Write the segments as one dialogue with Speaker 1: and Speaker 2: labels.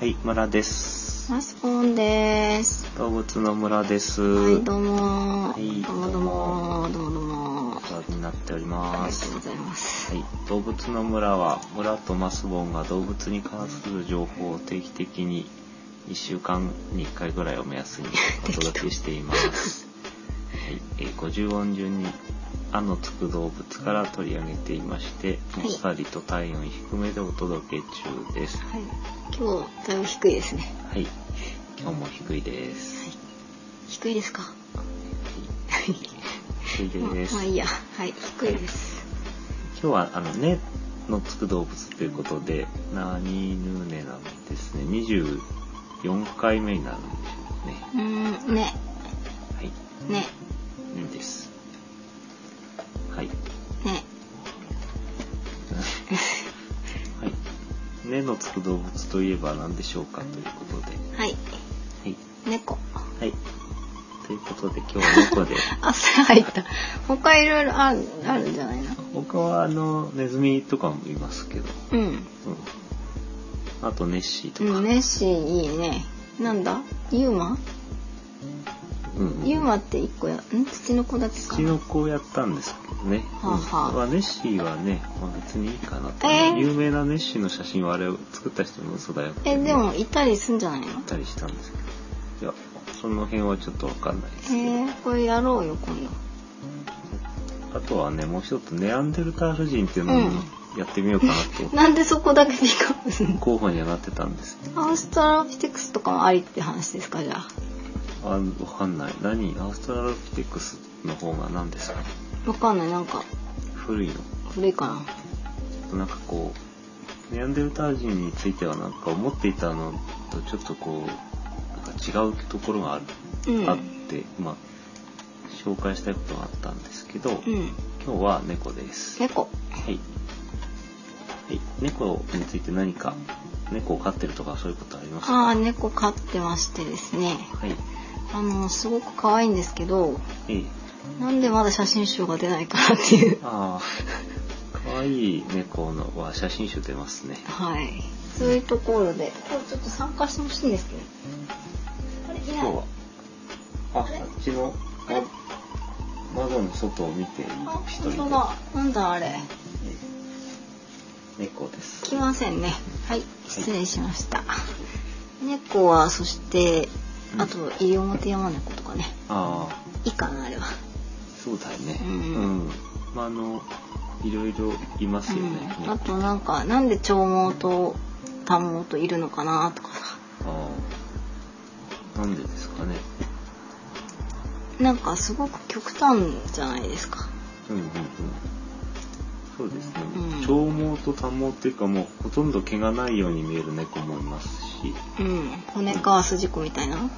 Speaker 1: はい、村です。
Speaker 2: マスコンです。
Speaker 1: 動物の村です。
Speaker 2: はい、どうも
Speaker 1: はい
Speaker 2: ー。どうもどうもー。どうもどうも
Speaker 1: お
Speaker 2: ー。
Speaker 1: 世話になっており
Speaker 2: あ
Speaker 1: ま
Speaker 2: りがとう
Speaker 1: す。
Speaker 2: ございます。
Speaker 1: はい、動物の村は村とマスボンが動物に関する情報を定期的に1週間に1回ぐらいを目安に お届けしています。はい、えー50音順に「あ」のつく動物から取り上げていまして、
Speaker 2: はい
Speaker 1: もっさりと体温低めでお届け中です。
Speaker 2: はい、今日だいぶ低いですね。
Speaker 1: はい、今日も低いです。
Speaker 2: はい、低いですか。
Speaker 1: 低いです。
Speaker 2: まあいいや。はい、低いです。
Speaker 1: 今日はあの「ね」のつく動物ということで「なにぬね」なんですね24回目になるんでしょうね
Speaker 2: うーん、ね、
Speaker 1: はい
Speaker 2: ね、
Speaker 1: 「ね」ですはい
Speaker 2: ね。
Speaker 1: はい「ね」のつく動物といえば何でしょうかということで
Speaker 2: はい、
Speaker 1: はい
Speaker 2: 猫。
Speaker 1: はいということで今日は猫で
Speaker 2: あ、それ入った。他いろいろある、あるんじゃないの。
Speaker 1: 他はあのネズミとかもいますけど、
Speaker 2: うん。
Speaker 1: うん、あとネッシーと
Speaker 2: う
Speaker 1: か、
Speaker 2: ん、ネッシーいいね。なんだ。ユーマ。
Speaker 1: うんうん
Speaker 2: ユーマって一個や、ん、土の子だけか
Speaker 1: 土
Speaker 2: な。
Speaker 1: の子をやったんですけどね、
Speaker 2: はあはあ
Speaker 1: うんまあ、ネッシーはね、まあ、別にいいかなと、
Speaker 2: えー
Speaker 1: 有名なネッシーの写真はあれを作った人の嘘だよって
Speaker 2: え、でも
Speaker 1: 言っ
Speaker 2: いたりすんじゃないの。
Speaker 1: たりしたんですけどいやその辺はちょっとわかんないですけど、
Speaker 2: へえこれやろうよ今度
Speaker 1: あとはねもう一つネアンデルタール人っていうのもやってみようかなと、
Speaker 2: なんでそこだけピックアップするの
Speaker 1: 候補にはなってたんですけど
Speaker 2: アウストラロピテクスとかもありって話ですかじゃあ
Speaker 1: あわかんない何アウストラロピテクスの方が何ですかね
Speaker 2: わかんないなんか
Speaker 1: 古いの
Speaker 2: 古いかな
Speaker 1: なんかこうネアンデルタール人についてはなんか思っていたのとちょっとこうなんか違うところがある、
Speaker 2: うん
Speaker 1: あってまあ紹介したいことがあったんですけど、
Speaker 2: うん
Speaker 1: 今日は猫です、
Speaker 2: 猫
Speaker 1: はい、はい、猫について何か猫を飼ってるとかそういうことありますか
Speaker 2: ああ猫飼ってましてですね
Speaker 1: はい
Speaker 2: あのすごく可愛いんですけど
Speaker 1: ええ
Speaker 2: なんでまだ写真集が出ないかなっていう
Speaker 1: ああかわいい猫のは写真集出ますね
Speaker 2: はいそういうところで今日ちょっと参加してほしいんですけどこれい
Speaker 1: 今日
Speaker 2: ない
Speaker 1: はああっちのま窓の外を見ている
Speaker 2: あ
Speaker 1: 一
Speaker 2: 本
Speaker 1: 人
Speaker 2: 当
Speaker 1: で
Speaker 2: だなんだあれ
Speaker 1: 猫です
Speaker 2: 来ませんねはい失礼しました、猫はそして
Speaker 1: うん
Speaker 2: あと西表山猫とかね
Speaker 1: ああ
Speaker 2: いいかなあれは
Speaker 1: そうだよねう
Speaker 2: うんん、
Speaker 1: まああのいろいろいますよね、
Speaker 2: う
Speaker 1: 猫
Speaker 2: ん、あ
Speaker 1: あ
Speaker 2: となんかなんで長毛と短毛といるのかなとかさ
Speaker 1: あなんでですかね
Speaker 2: なんかすごく極端じゃないですか
Speaker 1: うんうんうんそうですね、
Speaker 2: うん
Speaker 1: 長毛と短毛っていうかもうほとんど毛がないように見える猫もいますし
Speaker 2: うん骨か筋子みたいな
Speaker 1: そう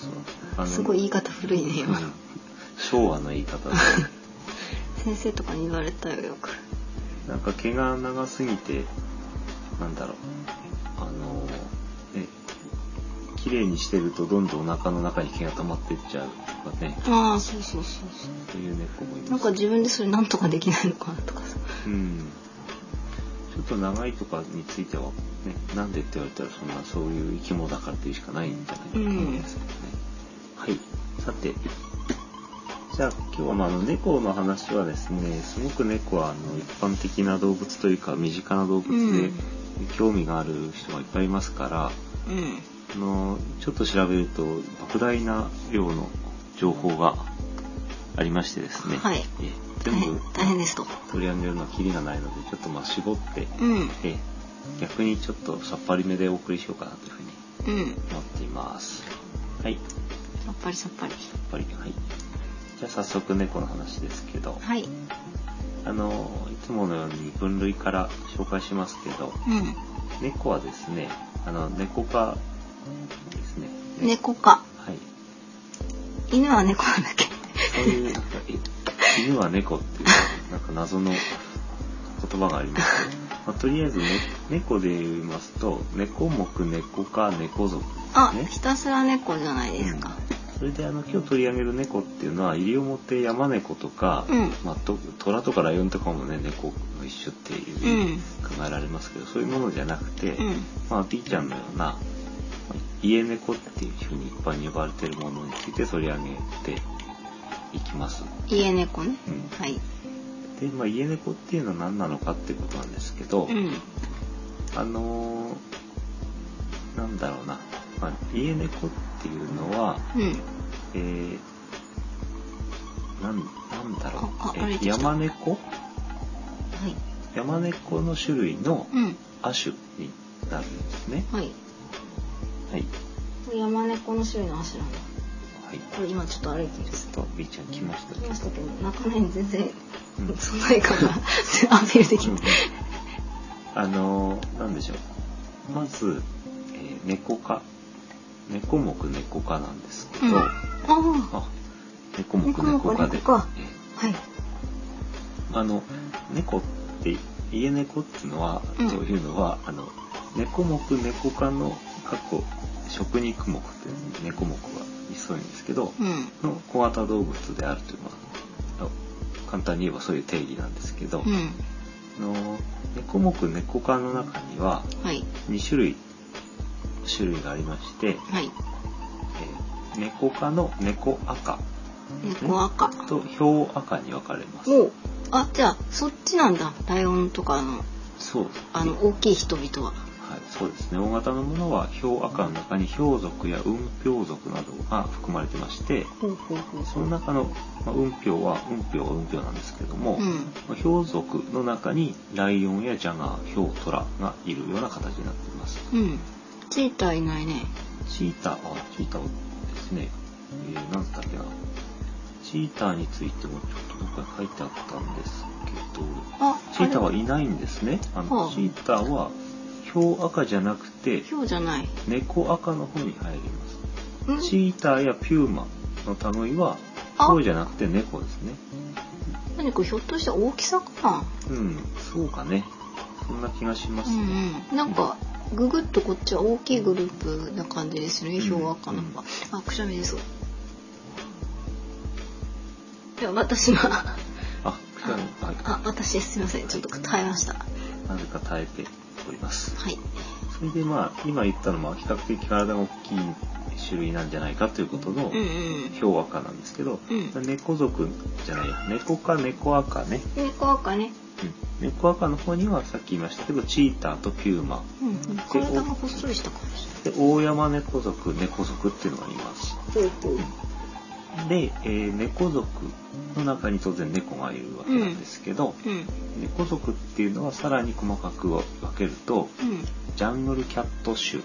Speaker 1: そうあの
Speaker 2: すごい言い方古いね
Speaker 1: うん
Speaker 2: 今
Speaker 1: 昭和の言い方で
Speaker 2: 先生とかに言われたよよく
Speaker 1: なんか毛が長すぎてなんだろうあのね綺麗にしてるとどんどんお腹の中に毛が溜まってっちゃうとかね
Speaker 2: ああそうそうそうそ
Speaker 1: そういう猫もいうま
Speaker 2: なん
Speaker 1: す
Speaker 2: か自分でそれなんとかできないのかなとかさ
Speaker 1: うんちょっと長いとかについてはねなんでって言われたらそんなそういう生き物だからというしかないんじゃないかなと思いますけどね、はいさてじゃあ今日はまああの猫の話はですねすごく猫はあの一般的な動物というか身近な動物で
Speaker 2: うん
Speaker 1: 興味がある人がいっぱいいますから、
Speaker 2: うん
Speaker 1: あのちょっと調べると莫大な量の情報がありましてですね、
Speaker 2: はい
Speaker 1: え
Speaker 2: 大
Speaker 1: 全
Speaker 2: 変
Speaker 1: 部
Speaker 2: 大変ですと
Speaker 1: 取り上げるのはキリがないのでちょっとまあ絞って、
Speaker 2: うん
Speaker 1: え逆にちょっとさっぱりめでお送りしようかなというふうに
Speaker 2: うん
Speaker 1: 思っていますはいやっ
Speaker 2: さっぱりさっぱり。
Speaker 1: ぱりはいじゃあ早速猫の話ですけど
Speaker 2: はい。
Speaker 1: あのいつものように分類から紹介しますけど
Speaker 2: う
Speaker 1: 猫はですねあの猫科ですね
Speaker 2: ん。猫か。
Speaker 1: はい
Speaker 2: 犬は猫なんだっけ。
Speaker 1: そういうなんかえ犬は猫っていうなんか謎の言葉がありますけど、まあ、とりあえず、ね、猫で言いますと猫目猫科猫族
Speaker 2: あ、
Speaker 1: です
Speaker 2: ひたすら猫じゃない
Speaker 1: ね
Speaker 2: ですか。
Speaker 1: それであの今日取り上げる猫っていうのは西表山猫とか、
Speaker 2: うん
Speaker 1: まあ、と虎とかライオンとかもね猫の一種っていう
Speaker 2: うん
Speaker 1: 考えられますけど、そういうものじゃなくて、
Speaker 2: うん。
Speaker 1: まあ、ピーちゃんのような家猫っていうふうに一般に呼ばれてるものについて取り上げていきます。
Speaker 2: 家猫ね。
Speaker 1: うん
Speaker 2: はい。
Speaker 1: で、まあ、家猫っていうのは何なのかってことなんですけど、
Speaker 2: うん。
Speaker 1: あのーなんだろうな、まあ、家猫っていうのは、
Speaker 2: うん。
Speaker 1: えー、なんなんだろう
Speaker 2: ああ
Speaker 1: え
Speaker 2: あれできた
Speaker 1: 山猫
Speaker 2: はい。
Speaker 1: 山猫の種類の
Speaker 2: うん。
Speaker 1: 亜種になるんですね。
Speaker 2: はい。
Speaker 1: はい。
Speaker 2: 山猫の種類の柱なんだ。
Speaker 1: はい。
Speaker 2: これ今ちょっと歩いてるんで
Speaker 1: ち
Speaker 2: す
Speaker 1: ょっと、B ちゃん来ました
Speaker 2: 来
Speaker 1: け
Speaker 2: ま
Speaker 1: ど
Speaker 2: したけど、泣かないに全然、
Speaker 1: うんうん
Speaker 2: そんない から、アピールできない。
Speaker 1: あのー、なんでしょう。まず、えー猫科。猫目猫科なんですけど、
Speaker 2: うんあ
Speaker 1: あ、猫目
Speaker 2: 猫目
Speaker 1: 猫科で。
Speaker 2: 猫科
Speaker 1: えー
Speaker 2: あ。はい。
Speaker 1: あの猫って家猫ってのは、
Speaker 2: うん
Speaker 1: というのはあの猫目猫科の過去食肉目っていう猫目が潜るんですけど、
Speaker 2: うん。
Speaker 1: の小型動物であるというまああの簡単に言えばそういう定義なんですけど、
Speaker 2: うん。
Speaker 1: あの猫目猫科の中には
Speaker 2: はい。
Speaker 1: 2種類種類がありまして、
Speaker 2: はい。
Speaker 1: えー猫科の猫赤
Speaker 2: 猫赤。
Speaker 1: と豹赤に分かれます。
Speaker 2: おうあ、じゃあ、そっちなんだ。ライオンとかの、
Speaker 1: そう
Speaker 2: あの、大きい人々は。
Speaker 1: はい、そうですね。大型のものは氷赤の中に氷族や雲氷族などが含まれてまして、
Speaker 2: ほうほうほ
Speaker 1: その中の、まあ、雲氷は雲氷は雲氷なんですけども、
Speaker 2: うん。
Speaker 1: まあ氷族の中にライオンやジャガー、氷虎がいるような形になっています。
Speaker 2: うん。チーターいないね。
Speaker 1: チーター、あ、チーターですね。えー、なんだっけな。チーターについてもちょっとどっかに書いてあったんですけど、
Speaker 2: あ、
Speaker 1: チーター
Speaker 2: あ
Speaker 1: は
Speaker 2: れ
Speaker 1: いないんですね。あ
Speaker 2: はあ
Speaker 1: の、チーターは氷赤じゃなくて、
Speaker 2: ヒョウじゃない。
Speaker 1: 猫赤の方に入ります。
Speaker 2: うん
Speaker 1: チーターやピューマの類は、
Speaker 2: あ
Speaker 1: そうじゃなくて猫ですね。
Speaker 2: 何これひょっとして大きさか
Speaker 1: うん、そうかね。そんな気がしま
Speaker 2: な。う
Speaker 1: すね。
Speaker 2: んうん。なんかググっとこっちは大きいグループな感じですね。
Speaker 1: うん
Speaker 2: 氷河かなんか。あくしゃみです。いや私のあ
Speaker 1: あ、くしゃみ、は。
Speaker 2: あ私ですすみませんちょっと耐えました。はい
Speaker 1: なぜか耐えております。それでまあ、今言ったのも比較的体が大きい種類なんじゃないかということの
Speaker 2: い。うんうん。
Speaker 1: 評価なんですけど、
Speaker 2: うん
Speaker 1: 猫族じゃないや、猫か猫赤ね。
Speaker 2: 猫赤ね。
Speaker 1: うん猫赤の方にはさっき言いましたけど、チーターとピューマ、
Speaker 2: うんうん。体がほっそりした感じ。
Speaker 1: で大山猫族、猫族っていうのがいます。
Speaker 2: ほうほう。
Speaker 1: で、えー猫族の中に当然猫がいるわけなんですけど、
Speaker 2: うん
Speaker 1: 猫族っていうのはさらに細かく分けると
Speaker 2: うん。
Speaker 1: ジャングルキャット種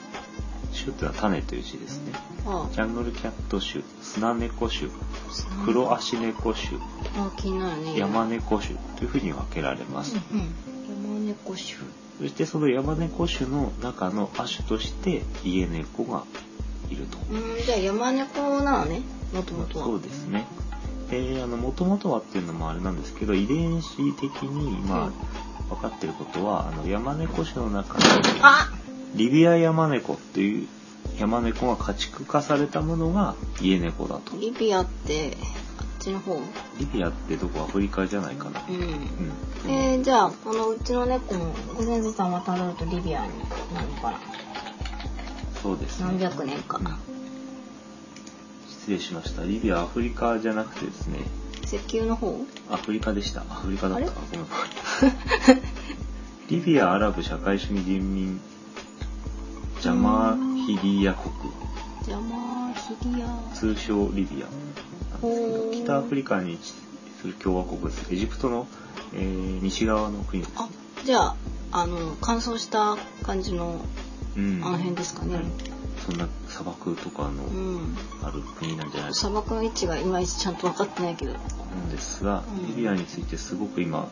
Speaker 1: 種っていうのは種という字ですね
Speaker 2: あ
Speaker 1: ジャングルキャット種砂猫種
Speaker 2: あ。
Speaker 1: 黒足猫種
Speaker 2: あ気になるね。
Speaker 1: 山猫種というふうに分けられます、
Speaker 2: うんうん。山猫種。
Speaker 1: そしてその山猫種の中の亜種として家猫がいると、
Speaker 2: うん、じゃあ山猫なのね、もともとは。
Speaker 1: そうですね。で、あの、もともとはっていうのもあれなんですけど、遺伝子的に、まあ、分かってることは、あの、山猫種の中に、
Speaker 2: あ
Speaker 1: リビア山猫っていう山猫が家畜化されたものが家猫だと。
Speaker 2: リビアって、あっちの方う。
Speaker 1: リビアってどこアフリカじゃないかな。うんん。
Speaker 2: えー、じゃあ、このうちの猫も、ご先祖様たどるとリビアになるのかな。
Speaker 1: そうです
Speaker 2: 何
Speaker 1: ね。
Speaker 2: 百年か。
Speaker 1: 失礼しました。リビアアフリカじゃなくてですね、
Speaker 2: 石油の方
Speaker 1: アフリカでした。アフリカだ ったか
Speaker 2: あ。
Speaker 1: ごめん。リビアアラブ社会主義人民ジャマーヒリア国、
Speaker 2: ジャマーヒリア。
Speaker 1: 通称リビアなんですけ
Speaker 2: ほ
Speaker 1: ど、
Speaker 2: ー
Speaker 1: 北アフリカに位置する共和国です。エジプトの、えー西側の国です。
Speaker 2: あ、じゃあ、あの、乾燥した感じの、
Speaker 1: うん
Speaker 2: あの辺ですかね。
Speaker 1: そんな砂漠とかの
Speaker 2: うん。
Speaker 1: ある国なんじゃないか
Speaker 2: 砂漠の位置がいまいちちゃんと分かってないけど。
Speaker 1: と思うんですが、
Speaker 2: うん
Speaker 1: リビアについてすごく今、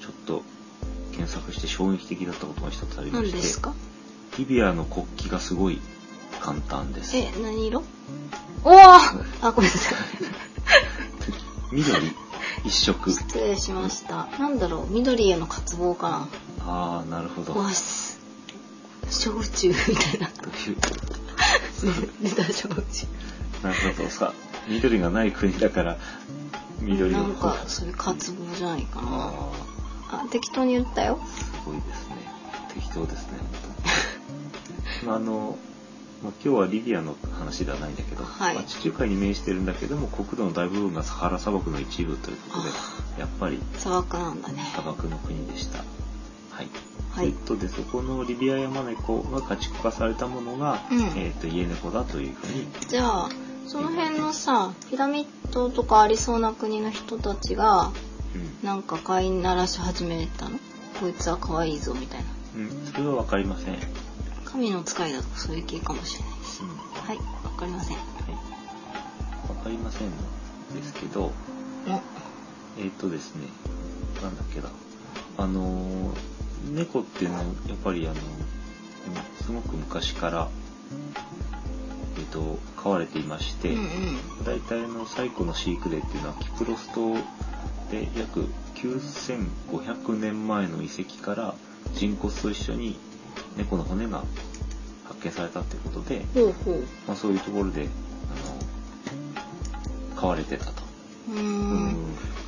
Speaker 1: ちょっと検索して衝撃的だったことが一つありま
Speaker 2: 何
Speaker 1: し
Speaker 2: です
Speaker 1: て、
Speaker 2: か
Speaker 1: リビアの国旗がすごい簡単です。
Speaker 2: え、何色おーあ、ごめんなさい。
Speaker 1: 緑一色。
Speaker 2: 失礼しました。なんだろう、緑への渇望か
Speaker 1: ああ、なるほ
Speaker 2: な。
Speaker 1: ど。
Speaker 2: わし、焼酎みたいな。
Speaker 1: という
Speaker 2: 出た焼酎。
Speaker 1: なるほどさ、緑がない国だから、緑
Speaker 2: な
Speaker 1: の
Speaker 2: ん
Speaker 1: 方が。
Speaker 2: か、そういう渇望じゃないかな。
Speaker 1: あ
Speaker 2: あ、適当に言ったよ
Speaker 1: あ、。すごいですね。適当ですね、本当に。まああの、まあ、今日はリビアの話ではないんだけど、
Speaker 2: はい
Speaker 1: まあ、地中海に面してるんだけども国土の大部分がサハラ砂漠の一部ということで
Speaker 2: あ
Speaker 1: やっぱり
Speaker 2: 砂漠なんだね。
Speaker 1: 砂漠の国でした。はい。
Speaker 2: はい
Speaker 1: えっとでそこのリビアヤマネコが家畜化されたものが、
Speaker 2: うん
Speaker 1: えっと家猫だというふうに
Speaker 2: じゃあその辺のさピラミッドとかありそうな国の人たちが
Speaker 1: うん
Speaker 2: なんか飼いならし始めたのこいつは可愛いぞみたいな
Speaker 1: うん、それは分かりません、うん
Speaker 2: 神の使いだとかそういう系かもしれないし
Speaker 1: は
Speaker 2: はいわかりません
Speaker 1: い、分かりませんのですけど
Speaker 2: お
Speaker 1: えっ、とですねなんだっけだあのー猫っていうのはやっぱりあのうんすごく昔から、えっと飼われていまして、
Speaker 2: うんうん
Speaker 1: 大体の最古の飼育例っていうのはキプロス島で約9500年前の遺跡から人骨と一緒に猫の骨が発見されたっていうことで、
Speaker 2: ほうほう
Speaker 1: まあ、そういうところであの飼われてたと。
Speaker 2: うーん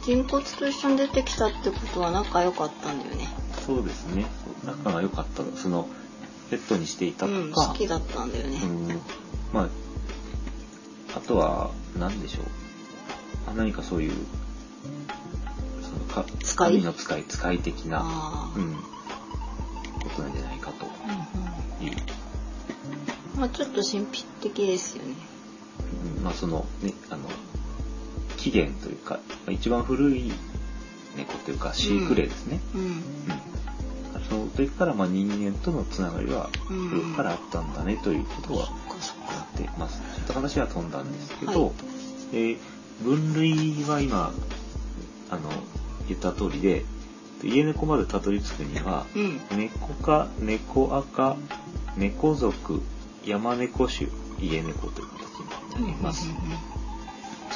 Speaker 2: 人骨と一緒に出てきたってことは仲良かったんだよね
Speaker 1: そうですね仲が良かったのそのペットにしていた
Speaker 2: う
Speaker 1: と
Speaker 2: ん
Speaker 1: か
Speaker 2: 好、きだったんだよね
Speaker 1: うんまあ、あとは、何でしょう。あ何かそういう、そのか、
Speaker 2: 使い
Speaker 1: 神の使い、使い的な、
Speaker 2: ああ
Speaker 1: うん、ことなんじゃないかと
Speaker 2: うんう
Speaker 1: いう。
Speaker 2: んまあちょっと神秘的ですよね
Speaker 1: うんまあ、その、ね、あの、起源というか、まあ一番古い猫というか、飼育例ですね。
Speaker 2: うん
Speaker 1: うん。その時から、まあ、人間とのつながりは、
Speaker 2: うん
Speaker 1: 古くからあったんだね、ということは
Speaker 2: そっかそっ
Speaker 1: や
Speaker 2: か
Speaker 1: ってます。ちょっと話は飛んだんですけど、
Speaker 2: はい
Speaker 1: えー分類は今、あの、言った通りで、家猫までたどり着くには、
Speaker 2: うん
Speaker 1: 猫科、猫赤、猫属、山猫種、家猫という形になります。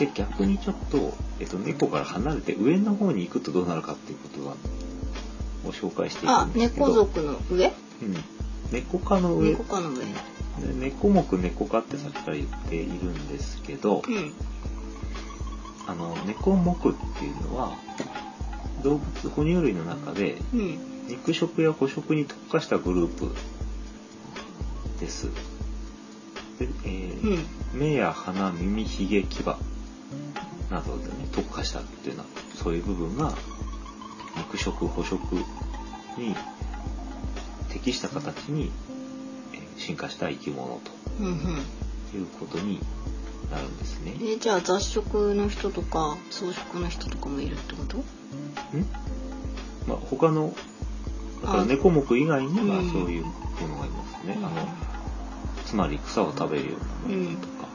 Speaker 1: で、逆にちょっと、えっと、猫から離れて上の方に行くとどうなるかっていうことが、ご紹介していく
Speaker 2: あ
Speaker 1: ん、ですけど。
Speaker 2: 猫族の上
Speaker 1: うん。猫科の上
Speaker 2: 猫科の上。
Speaker 1: で猫目猫科ってさっきから言っているんですけど、
Speaker 2: うん。
Speaker 1: あの猫目っていうのは動物哺乳類の中で
Speaker 2: うん。
Speaker 1: 肉食や捕食に特化したグループです。でえ
Speaker 2: う
Speaker 1: ー
Speaker 2: ん。
Speaker 1: 目や鼻耳ひげ牙などで、ね、特化したっていうのはそういう部分が肉食捕食に適した形にえー進化した生き物と。
Speaker 2: うんうん。
Speaker 1: いうことになるんですね。
Speaker 2: えーじゃあ雑食の人とか草食の人とかもいるってこと
Speaker 1: んまあ、他のだから
Speaker 2: あ
Speaker 1: 猫目以外には
Speaker 2: うん
Speaker 1: そういうものがいますね。
Speaker 2: うん
Speaker 1: あのつまり草を食べるようなものとか、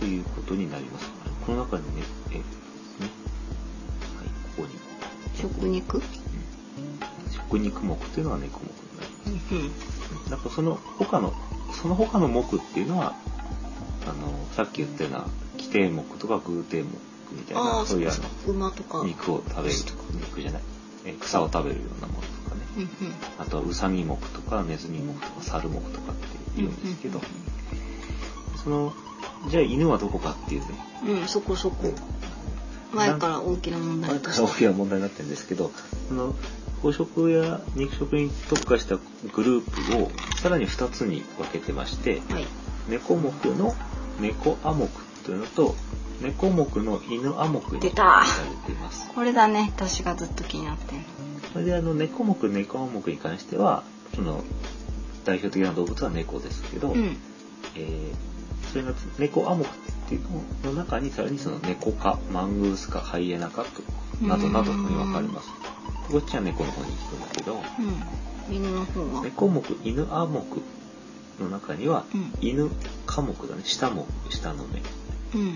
Speaker 1: ということになります。この中にね、え、ねはい、ここに。
Speaker 2: 食肉
Speaker 1: うん食肉目というのは猫目になります。
Speaker 2: うんうん。
Speaker 1: なんかその他の、その他の目っていうのは、あの、さっき言ったような、規定目とか偶定目みたい
Speaker 2: あ
Speaker 1: な、
Speaker 2: あ、
Speaker 1: そ
Speaker 2: そう
Speaker 1: いううあ
Speaker 2: かそうか。馬とか。
Speaker 1: の、
Speaker 2: うん
Speaker 1: 肉を食べるとか、肉じゃない、えー草を食べるようなものとかね。
Speaker 2: うん。
Speaker 1: あとは、ウサギ目とか、ネズミ目とか、猿目とかって言うんですけど、その、じゃあ犬はどこかっていうね、
Speaker 2: うん。うん、そこそこ。前から大きな問題として。
Speaker 1: 大きな問題になってるんですけど、その、捕食や肉食に特化したグループを、さらに2つに分けてまして、
Speaker 2: はい。
Speaker 1: 猫目の猫アモクというのと猫目の犬アモクに
Speaker 2: 出
Speaker 1: 分
Speaker 2: た
Speaker 1: かれています
Speaker 2: これだね、私がずっと気になってる
Speaker 1: それであの猫目猫アモクに関してはその代表的な動物は猫ですけど、
Speaker 2: の。うん。
Speaker 1: えーそれがつ猫アモクっていうのの中にさらにその猫科マングース科ハイエナ科となどなどに分かれますこっちは猫の方に行くんだけど
Speaker 2: うん。犬の方は。
Speaker 1: 猫目犬アモクの中には
Speaker 2: うん。
Speaker 1: 犬科目だね下も下の目
Speaker 2: うん。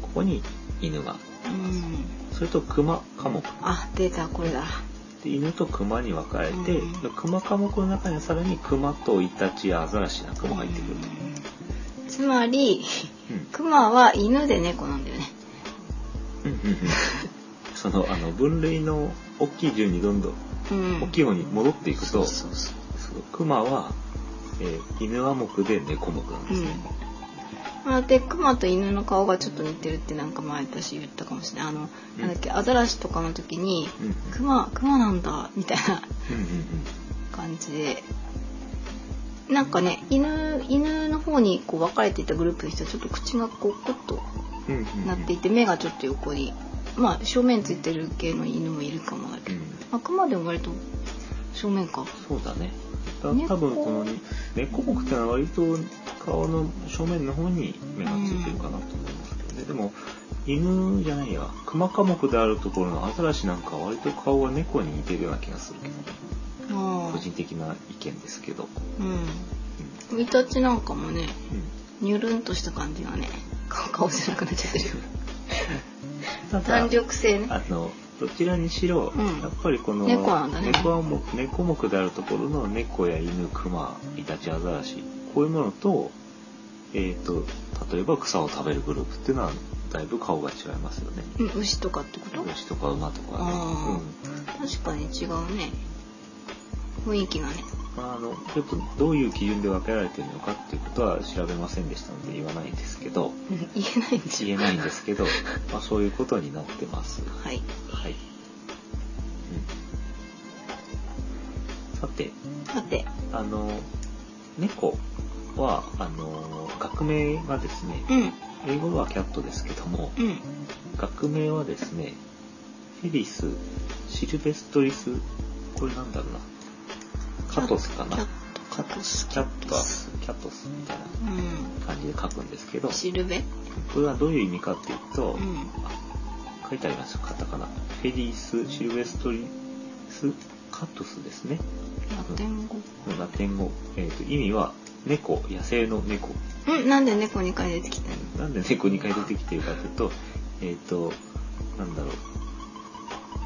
Speaker 1: ここに犬が
Speaker 2: うん。
Speaker 1: それと熊科目
Speaker 2: あ、出た、これだ。
Speaker 1: で犬と熊に分かれて、
Speaker 2: う
Speaker 1: 熊科目の中にはさらに熊とイタチやアザラシなんかも入ってくると、
Speaker 2: うんつまり、
Speaker 1: うん
Speaker 2: クマは犬で猫なんだよね。
Speaker 1: うんうんうん、そのあの分類の大きい順にどんどん
Speaker 2: うん。
Speaker 1: 大きい方に戻っていく
Speaker 2: そ
Speaker 1: と、
Speaker 2: うそうそう。
Speaker 1: そう熊は、えー犬は目で猫目なんですね、
Speaker 2: まあ、で、クマと犬の顔がちょっと似てるってなんか前私言ったかもしれない。あの、
Speaker 1: うん
Speaker 2: なんだっけ、アザラシとかの時に、
Speaker 1: うんうん
Speaker 2: クマ、クマなんだ、みたいな
Speaker 1: うんうんうん
Speaker 2: 感じで。なんかね犬犬の方にこう分かれていたグループの人はちょっと口がこうクッと
Speaker 1: うんうんうん
Speaker 2: なっていて目がちょっと横にまあ正面ついてる系の犬もいるかもだけ
Speaker 1: う
Speaker 2: ど
Speaker 1: ん
Speaker 2: あくまでも割と正面か
Speaker 1: そうだね。た多分
Speaker 2: 猫
Speaker 1: この猫目ってのは割と顔の正面の方に目がついてるかなと思いますけどね。でも犬じゃないや、熊科目であるところのアザラシなんかは割と顔は猫に似てるような気がするけどね、
Speaker 2: あ
Speaker 1: 個人的な意見ですけど。
Speaker 2: あうん生い立ちなんかもね
Speaker 1: うんうん
Speaker 2: ニュルンとした感じがね顔顔じゃなくなっちゃってるよ
Speaker 1: ただ
Speaker 2: 弾力性ね
Speaker 1: あのどちらにしろ、
Speaker 2: うん
Speaker 1: やっぱりこの
Speaker 2: 猫なんだね
Speaker 1: 猫はもう猫目であるところの猫や犬熊イタチアザラシこういうものと,、えー、と例えば草を食べるグループっていうのはだいぶ顔が違いますよね。
Speaker 2: うん牛とかってこと
Speaker 1: 牛とか馬とかね、
Speaker 2: あ
Speaker 1: うん
Speaker 2: 確かに違うね雰囲気がね
Speaker 1: まあ、あのちょっとどういう基準で分けられてるのかっていうことは調べませんでしたので言わないんですけど
Speaker 2: うん言えないんです
Speaker 1: 言え
Speaker 2: よ
Speaker 1: ないんです けど、まあ、そういうことになってます。
Speaker 2: はい
Speaker 1: はい。さて、
Speaker 2: さて
Speaker 1: あの、猫は、あの、学名がですね、
Speaker 2: うん
Speaker 1: 英語ではキャットですけども、
Speaker 2: うん
Speaker 1: 学名はですね、フェリス、シルベストリス、これなんだろうな、カトスかな
Speaker 2: キャッ。
Speaker 1: カトス、キャットス、キャットスみたいな
Speaker 2: う
Speaker 1: 感じで書くんですけど
Speaker 2: ん、シルベ
Speaker 1: これはどういう意味かっていうと、
Speaker 2: うん
Speaker 1: 書いてありますよカタカナフェリス・シルベストリス・カットスですね
Speaker 2: ラテン語
Speaker 1: ラテン語、えー、と意味は猫野生の猫
Speaker 2: うんなんで猫2回出てきたの
Speaker 1: なんで猫2回出てきてるかというとえっ、となんだろう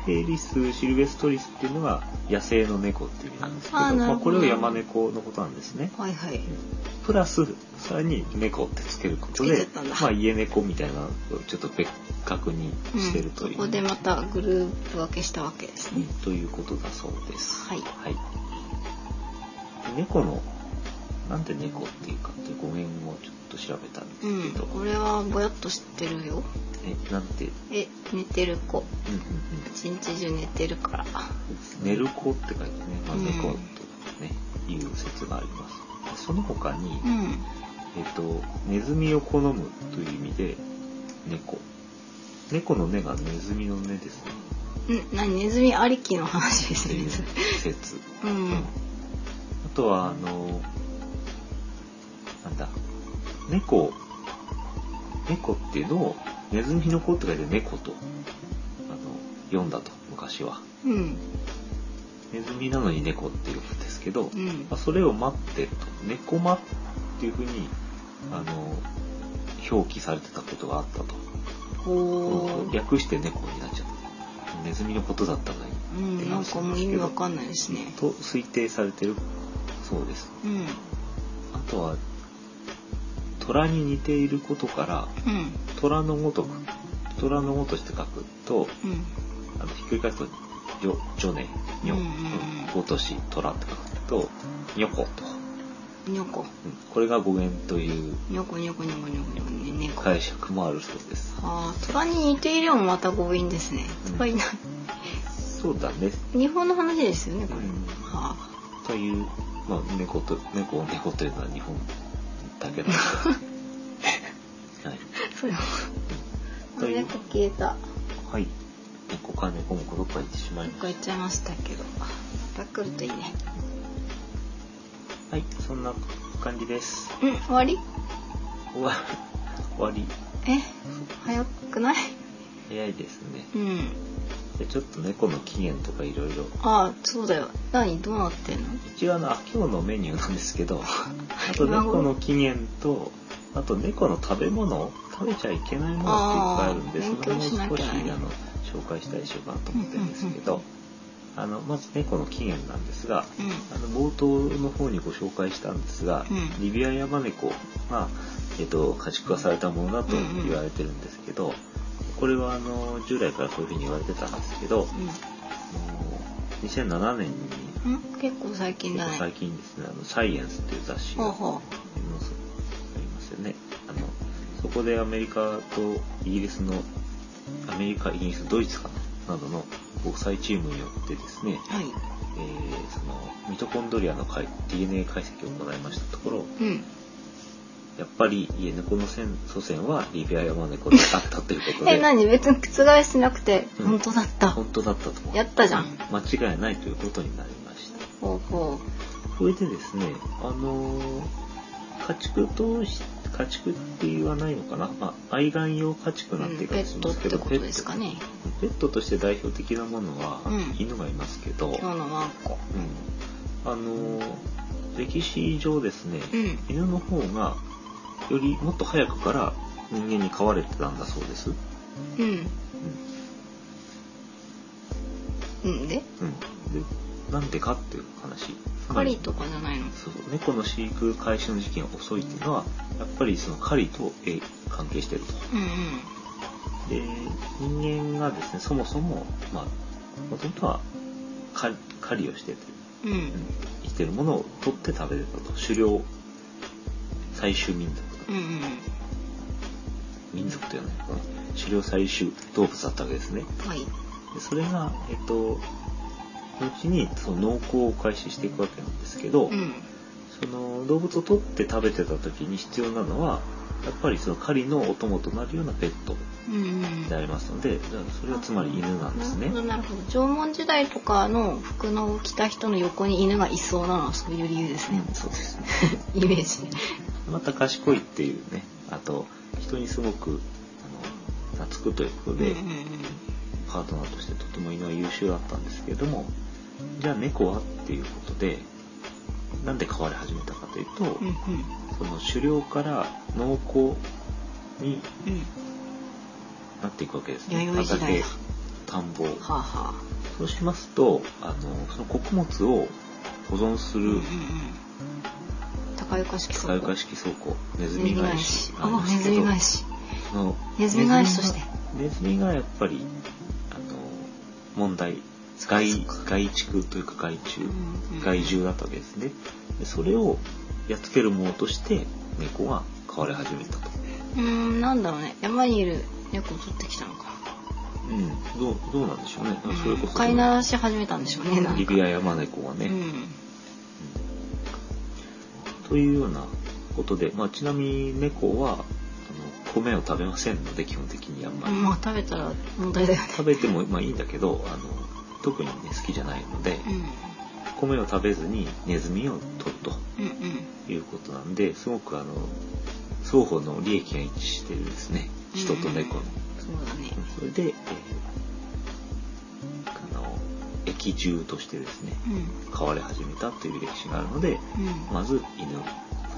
Speaker 1: フェリス・シルベストリスっていうのは野生の猫っていう意味なんですけど
Speaker 2: あーなるほど
Speaker 1: まあ、これを山猫のことなんですね
Speaker 2: はいはい
Speaker 1: プラスさらに猫ってつけること
Speaker 2: つけ
Speaker 1: で
Speaker 2: ちゃったんだ
Speaker 1: まあ、家猫みたいなのをちょっと別格に
Speaker 2: うん
Speaker 1: してるという、
Speaker 2: そこでまたグループ分けしたわけですね
Speaker 1: ということだそうです。
Speaker 2: はい
Speaker 1: はい。猫の、なんで猫っていうかっていう語源をちょっと調べたんで
Speaker 2: う
Speaker 1: す
Speaker 2: ん
Speaker 1: けど、
Speaker 2: これはぼやっと知ってるよ
Speaker 1: え、なんて、うん
Speaker 2: え寝てる子
Speaker 1: うん
Speaker 2: 一日中寝てるから
Speaker 1: うん。寝る子って書いてね、まあ、
Speaker 2: うん
Speaker 1: 猫とね、いう説があります。でその他に、
Speaker 2: うん
Speaker 1: えっと、ネズミを好むという意味で、猫。猫の根がネズミの根ですね。
Speaker 2: うん何ネズミありきの話で
Speaker 1: っ
Speaker 2: す
Speaker 1: ていう
Speaker 2: ね
Speaker 1: 説。
Speaker 2: う
Speaker 1: うん
Speaker 2: ん
Speaker 1: あとはあのなんだ猫猫っていうのをネズミの子って書いて猫とあの読んだと昔は
Speaker 2: うん
Speaker 1: ネズミなのに猫っていうんですけど、ま
Speaker 2: うん
Speaker 1: あそれを待ってと猫待っていうふうにあの表記されてたことがあったと
Speaker 2: こう
Speaker 1: 略して猫になっちゃったネズミのことだったのに
Speaker 2: うんなんかもう意味わかんないですね
Speaker 1: と推定されてるそうです
Speaker 2: うん
Speaker 1: あとは虎に似ていることから
Speaker 2: うん
Speaker 1: 虎のごとく虎のごとして書くと
Speaker 2: うん
Speaker 1: あのひっくり返すと「ジョ」「ジョネ」「ニョ」
Speaker 2: うんうんうん
Speaker 1: ごとし「虎」って書くと「ニョコ」と、
Speaker 2: にょこ
Speaker 1: うんこれが語源という
Speaker 2: にょこにょこにょこにょこにょこにょこね猫
Speaker 1: 解釈もあるそうです
Speaker 2: ああ、虎に似ているもまた強引ですね。
Speaker 1: うん
Speaker 2: 虎いない。
Speaker 1: そうだね、
Speaker 2: 日本の話ですよね、
Speaker 1: う
Speaker 2: これ。
Speaker 1: ん、
Speaker 2: は
Speaker 1: という、まあ、猫と猫を猫というのは日本だけなんです、はい、
Speaker 2: あ、それは。あ
Speaker 1: という
Speaker 2: 猫消えた。
Speaker 1: はい。猫か猫もどっか行ってしまい
Speaker 2: どっ
Speaker 1: ま
Speaker 2: か行
Speaker 1: し
Speaker 2: っちゃいましたけど。また来るといいね。
Speaker 1: た。はい、そんな感じです。
Speaker 2: うん、終わり
Speaker 1: 終わ終わり。
Speaker 2: え早くない
Speaker 1: 早いですね。
Speaker 2: うん。
Speaker 1: で、ちょっと猫の起源とかいろいろ。
Speaker 2: ああ、そうだよ。何どうなってんの
Speaker 1: 一応あの、あ今日のメニューなんですけど、あと
Speaker 2: 今頃
Speaker 1: 猫の起源と、あと猫の食べ物、食べちゃいけないものっていっぱいあるんで、
Speaker 2: あー
Speaker 1: それも
Speaker 2: 勉強しなき
Speaker 1: 少
Speaker 2: ゃ
Speaker 1: し、
Speaker 2: ね
Speaker 1: あの、紹介したりしようかなと思ってるんですけど、あの、まず猫の起源なんですが、
Speaker 2: うん。
Speaker 1: あの冒頭の方にご紹介したんですが、
Speaker 2: うん
Speaker 1: リビアヤマネコが、えっと家畜化されたものだと言われてるんですけど、これはあの従来からそういうふうに言われてたんですけど、あの2007年に
Speaker 2: うん。ん結構最近だ
Speaker 1: 結構最
Speaker 2: ね。
Speaker 1: 近ですね「あのサイエンス」っていう雑誌が
Speaker 2: ほう
Speaker 1: あ
Speaker 2: ほ
Speaker 1: りますありますよねあのそこでアメリカとイギリスのアメリカイギリスドイツかななどの防災チームによってですね、
Speaker 2: は
Speaker 1: え
Speaker 2: い。
Speaker 1: ーそのミトコンドリアの解 DNA 解析を行いましたところ
Speaker 2: うん。
Speaker 1: やっぱり家猫の先祖先はリビアヤマネコであったということで
Speaker 2: え、何別に覆してなくて、
Speaker 1: うん
Speaker 2: 本当だった。
Speaker 1: 本当だったと
Speaker 2: やったじゃん
Speaker 1: うん間違いないということになりました
Speaker 2: ほうほ
Speaker 1: それでですねあのー家畜とし家畜って言わないのかな、まあ、愛玩用家畜
Speaker 2: う。う
Speaker 1: なんてい
Speaker 2: ん
Speaker 1: う感
Speaker 2: ペ
Speaker 1: じし
Speaker 2: ッ
Speaker 1: ま
Speaker 2: トっ
Speaker 1: すけ
Speaker 2: て
Speaker 1: ど、
Speaker 2: ことですかね。
Speaker 1: ペットとして代表的なものは、
Speaker 2: うん
Speaker 1: 犬がいますけど、
Speaker 2: 今日のワンコ。
Speaker 1: うん、あのー歴史上ですね、
Speaker 2: うん。
Speaker 1: 犬の方がよりもっと早くから人間に飼われてたんだそうです、うん
Speaker 2: うん。うんで
Speaker 1: うん、でなんでかっていう話
Speaker 2: 狩りとかじゃないの
Speaker 1: そう猫の飼育開始の時期が遅いっていうのはやっぱりその狩りとえー関係してると
Speaker 2: うんうん。
Speaker 1: で人間がですねそもそもまあもともとは狩り狩りをしてて、
Speaker 2: うん。
Speaker 1: うん生きてるものを取って食べること狩猟採集民族
Speaker 2: うんうん。
Speaker 1: 民族というのはね狩猟採集動物だったわけですね
Speaker 2: はい。
Speaker 1: でそれがえっと後にその農耕を開始していくわけなんですけど、
Speaker 2: うん。
Speaker 1: その動物を取って食べてた時に必要なのはやっぱりその狩りのお供となるようなペット
Speaker 2: うんうん。
Speaker 1: でありますのでだからそれはつまり犬なんですね
Speaker 2: なるほどなるほど縄文時代とかの服のを着た人の横に犬がいそうなのはそういう理由ですね
Speaker 1: うん、そうですね
Speaker 2: イメージ
Speaker 1: また賢いっていうねあと人にすごくあの懐くということで、
Speaker 2: うんうん
Speaker 1: パートナーとしてとても犬は優秀だったんですけれどもじゃあ猫はっていうことでなんで飼われ始めたかというと、
Speaker 2: うん
Speaker 1: その狩猟から農耕に
Speaker 2: うんうん
Speaker 1: なっていくわけですね
Speaker 2: 弥生時代だ
Speaker 1: 畑田んぼ
Speaker 2: はあはあ
Speaker 1: そうしますとあのその穀物を保存す
Speaker 2: うんうんう
Speaker 1: る
Speaker 2: ん高床式
Speaker 1: 使
Speaker 2: 倉
Speaker 1: い
Speaker 2: 庫
Speaker 1: 化式倉庫ネズミ返し
Speaker 2: ああネズミ返し
Speaker 1: あの
Speaker 2: ネズミ返しとして
Speaker 1: ネズミがネズミがやっぱりあの問題
Speaker 2: そっか
Speaker 1: 害
Speaker 2: そっか
Speaker 1: 害畜というか害虫、
Speaker 2: うんうん
Speaker 1: 害獣だったわけですねでそれをやっつけるものとして猫が飼われ始めたと、
Speaker 2: うーんなんだろうね山にいる猫を取ってきたのか
Speaker 1: うん、どうどうなんでしょうね、
Speaker 2: な
Speaker 1: それこそ
Speaker 2: 飼いならし始めたんでしょうねなん
Speaker 1: リ
Speaker 2: か
Speaker 1: ビアヤマネコはね、
Speaker 2: う
Speaker 1: うん
Speaker 2: ん
Speaker 1: というようなことで、まあ、ちなみに猫はあの米を食べませんので基本的にあんまり、
Speaker 2: まあ食べたら問題だよね
Speaker 1: 食べてもまあいいんだけどあの特にね好きじゃないので、米を食べずにネズミを取ると
Speaker 2: うんうんうん
Speaker 1: いうことなんですごくあの双方の利益が一致してるんですね人と猫の。
Speaker 2: そうだね
Speaker 1: それで、えーあの液獣としてですね
Speaker 2: うん
Speaker 1: 飼われ始めたという歴史があるので
Speaker 2: うん
Speaker 1: まず犬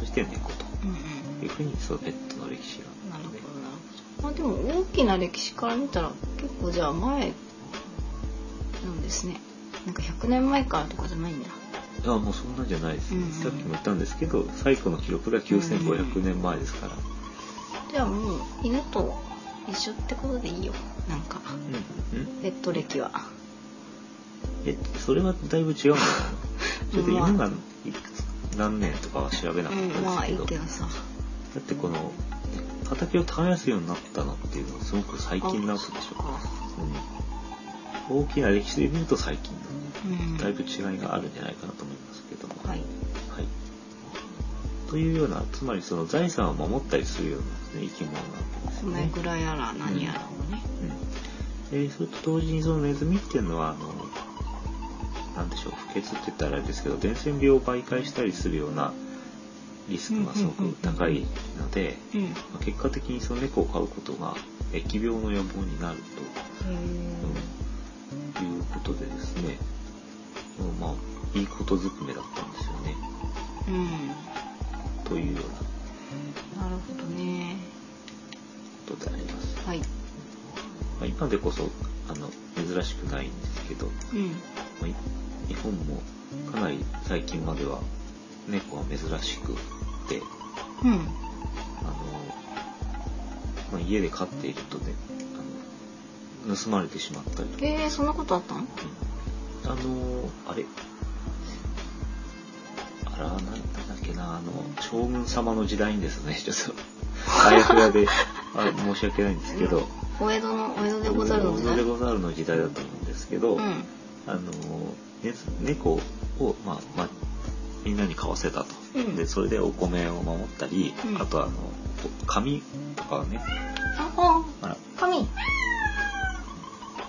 Speaker 1: そして猫と
Speaker 2: うんうん
Speaker 1: いうふうにそのペットの歴史が
Speaker 2: な
Speaker 1: あ
Speaker 2: る
Speaker 1: る
Speaker 2: ほ
Speaker 1: の
Speaker 2: ど
Speaker 1: で
Speaker 2: なまあでも大きな歴史から見たら結構じゃあ前なんですねなんか100年前からとかじゃないんだ
Speaker 1: あもうそんなんじゃないです、
Speaker 2: うんうん
Speaker 1: さっきも言ったんですけど最古の記録が9500年前ですから、
Speaker 2: じゃあもう犬と一緒ってことでいいよなんか
Speaker 1: うんうん
Speaker 2: ペット歴は
Speaker 1: えそれはだいぶ 違うんだよねちょっと
Speaker 2: まあ
Speaker 1: 犬がいくつ何年とかは調べな
Speaker 2: う
Speaker 1: かったんで
Speaker 2: んまあ
Speaker 1: す
Speaker 2: い
Speaker 1: け
Speaker 2: い
Speaker 1: ど,、
Speaker 2: けどさ
Speaker 1: だってこの畑を耕すようになったのっていうのはすごく最近なわけでし
Speaker 2: そ
Speaker 1: ょ
Speaker 2: っか
Speaker 1: うん、大きな歴史で見ると最近なんで
Speaker 2: うん
Speaker 1: だいぶ違いがあるんじゃないかなと思いますけども、
Speaker 2: はい
Speaker 1: はいというようなつまりその財産を守ったりするような、ね、生き物なわけですね。
Speaker 2: 米ぐらいやら何やらをね
Speaker 1: うんでそれと同時にそのネズミっていうのはあのなんでしょう不潔って言ったらあれですけど伝染病を媒介したりするようなリスクがすごく高いので、
Speaker 2: うんへ
Speaker 1: まあ結果的にその猫を飼うことが疫病の予防になると、うんいうことでですね、うんまあいいことずくめだったんですよね
Speaker 2: えうん
Speaker 1: というような
Speaker 2: なるほどね
Speaker 1: ことであります。
Speaker 2: はい
Speaker 1: まあ、今でこそあの珍しくないんですけど
Speaker 2: うん
Speaker 1: まあい日本もかなり最近までは猫は珍しくて
Speaker 2: うん
Speaker 1: あの、まあ、家で飼っているとねあの盗まれてしまったりとか、
Speaker 2: えー、そんなことあったん
Speaker 1: うんあのあれあらなんなんだっけなあの将軍様の時代にですねちょっとあやふやであ申し訳ないんですけど、
Speaker 2: お江戸のお江戸でござるの時
Speaker 1: 江戸で
Speaker 2: 代。
Speaker 1: ござるの時代だと思うんですけど、
Speaker 2: うん。
Speaker 1: あのね猫を、まあまあ、みんなに買わせたと、
Speaker 2: うん
Speaker 1: でそれでお米を守ったり、
Speaker 2: うん
Speaker 1: あとあの紙とかね、
Speaker 2: あ、あ、
Speaker 1: まあ、
Speaker 2: 紙。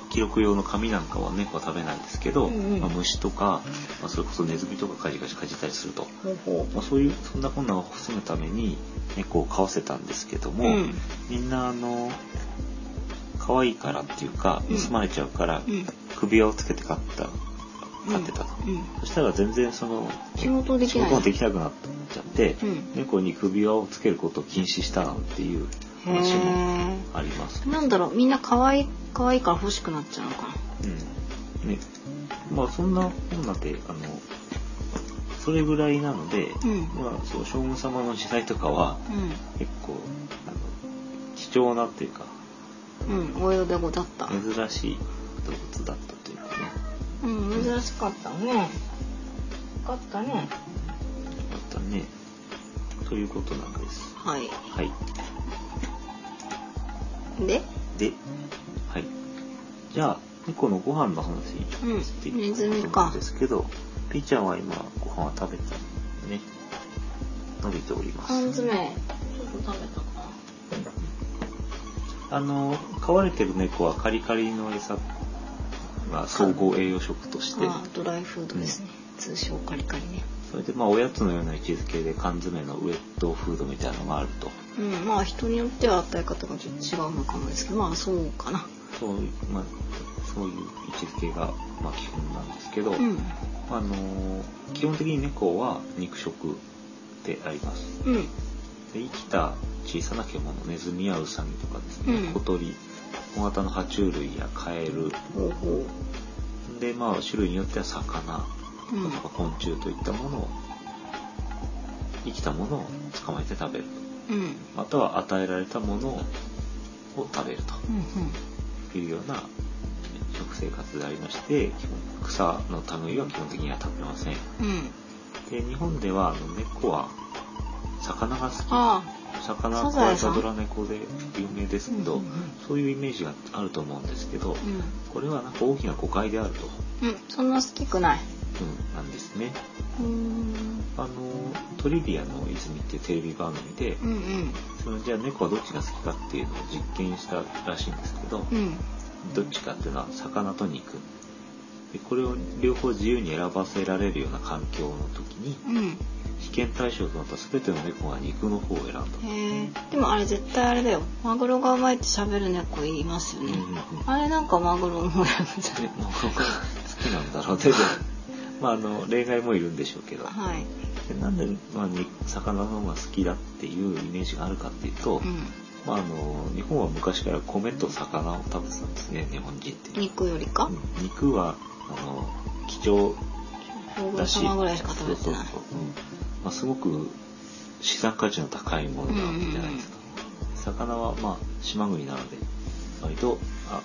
Speaker 1: 記録用の紙なんかは猫は食べないんですけど、
Speaker 2: うんうん
Speaker 1: まあ、虫とか、まあ、それこそネズミとかカジカジかじったりすると、
Speaker 2: ほうほ
Speaker 1: まあ、そういうそんな困難を防ぐために猫を飼わせたんですけど
Speaker 2: う。
Speaker 1: も、
Speaker 2: うん。
Speaker 1: みんなあの可愛いからっていうか
Speaker 2: うん
Speaker 1: 盗まれちゃうから、
Speaker 2: うん。
Speaker 1: 首輪をつけて飼った飼ってたと、
Speaker 2: うん。
Speaker 1: そしたら全然その
Speaker 2: 仕事でき
Speaker 1: 仕
Speaker 2: ない。
Speaker 1: 事ができなくなっちゃって、
Speaker 2: うん。
Speaker 1: 猫に首輪をつけることを禁止したなんていう
Speaker 2: へ
Speaker 1: 話も
Speaker 2: ー
Speaker 1: あります、
Speaker 2: なんだろうみんな可愛い可愛いから欲しくなっちゃうのかな。
Speaker 1: うんね、まあそんなこんなであのそれぐらいなので、
Speaker 2: うん。うん。
Speaker 1: まあ、そう将軍様の時代とかは結構あの貴重なっていうか
Speaker 2: うん。お江戸でござった。
Speaker 1: 珍しい動物だったというかね
Speaker 2: うん。珍しかったね。かったね。
Speaker 1: だったねということなんです
Speaker 2: はい。
Speaker 1: はい
Speaker 2: で、
Speaker 1: ではいじゃあ猫のご飯の話に
Speaker 2: う
Speaker 1: 移ってい
Speaker 2: ん。ネ
Speaker 1: こ
Speaker 2: ズ
Speaker 1: う
Speaker 2: ミ
Speaker 1: と思う
Speaker 2: か
Speaker 1: んで。すけど、ピーちゃんは今ご飯は食べたね伸びております
Speaker 2: 缶詰ちょっと食べたかな。
Speaker 1: あの飼われてる猫はカリカリの餌が総合栄養食として
Speaker 2: あドライフードですね、通称カリカリね
Speaker 1: それでまあおやつのような位置づけで缶詰のウエットフードみたいなのがあると
Speaker 2: うんまあ人によっては与え方がちょっと違うのかもですけどまあそうかな
Speaker 1: そう,、まあ、そういう位置づけがまあ基本なんですけど、
Speaker 2: うん
Speaker 1: あの基本的に猫は肉食であります
Speaker 2: うん
Speaker 1: で生きた小さな獣ネズミやウサギとかですね、
Speaker 2: うん
Speaker 1: 小鳥小型の爬虫類やカエル
Speaker 2: ほうほ
Speaker 1: でまあ種類によっては魚
Speaker 2: ううん
Speaker 1: とか昆虫といったものを生きたものを捕まえて食べる
Speaker 2: うん
Speaker 1: または与えられたものを食べる
Speaker 2: うん
Speaker 1: というような食生活でありまして基本草の類は基本的には食べません
Speaker 2: うんうん
Speaker 1: で日本ではあの猫は魚が好き
Speaker 2: あ
Speaker 1: 魚
Speaker 2: サ
Speaker 1: は
Speaker 2: ザエさん
Speaker 1: 朝ドラ猫で有名ですけど、
Speaker 2: うん
Speaker 1: そういうイメージがあると思うんですけど、
Speaker 2: うん
Speaker 1: これはなんか大きな誤解であると、
Speaker 2: うんそんな好きくない
Speaker 1: うん、なんですね。
Speaker 2: うーん
Speaker 1: あのトリビアの泉っていうテレビ番組で、
Speaker 2: うんうん
Speaker 1: そのじゃあ猫はどっちが好きかっていうのを実験したらしいんですけど、
Speaker 2: うん
Speaker 1: どっちかっていうのは魚と肉。でこれを両方自由に選ばせられるような環境の時に、
Speaker 2: うん
Speaker 1: 試験対象となった全ての猫が肉の方を選んだ。
Speaker 2: へえでもあれ絶対あれだよマグロがうまいって喋る猫いますよ
Speaker 1: うんうん
Speaker 2: ね、
Speaker 1: うん。ね、
Speaker 2: あれなんかマグロの方やるじゃない
Speaker 1: もう 好きなんだろうけど、まああの例外もいるんでしょうけど。
Speaker 2: はい
Speaker 1: でなんで、まあ、に魚の方が好きだっていうイメージがあるかっていうと、
Speaker 2: うん
Speaker 1: まあ、あの日本は昔から米と魚を食べてたんですね日本人って。
Speaker 2: 肉よりか、
Speaker 1: うん肉はあの貴重
Speaker 2: 将軍
Speaker 1: だし
Speaker 2: 様ぐらいしか食べてない
Speaker 1: そうそうそううんまあ、すごく資産価値の高いものなわけじゃないですか。魚は、まあ、島国なので割とああの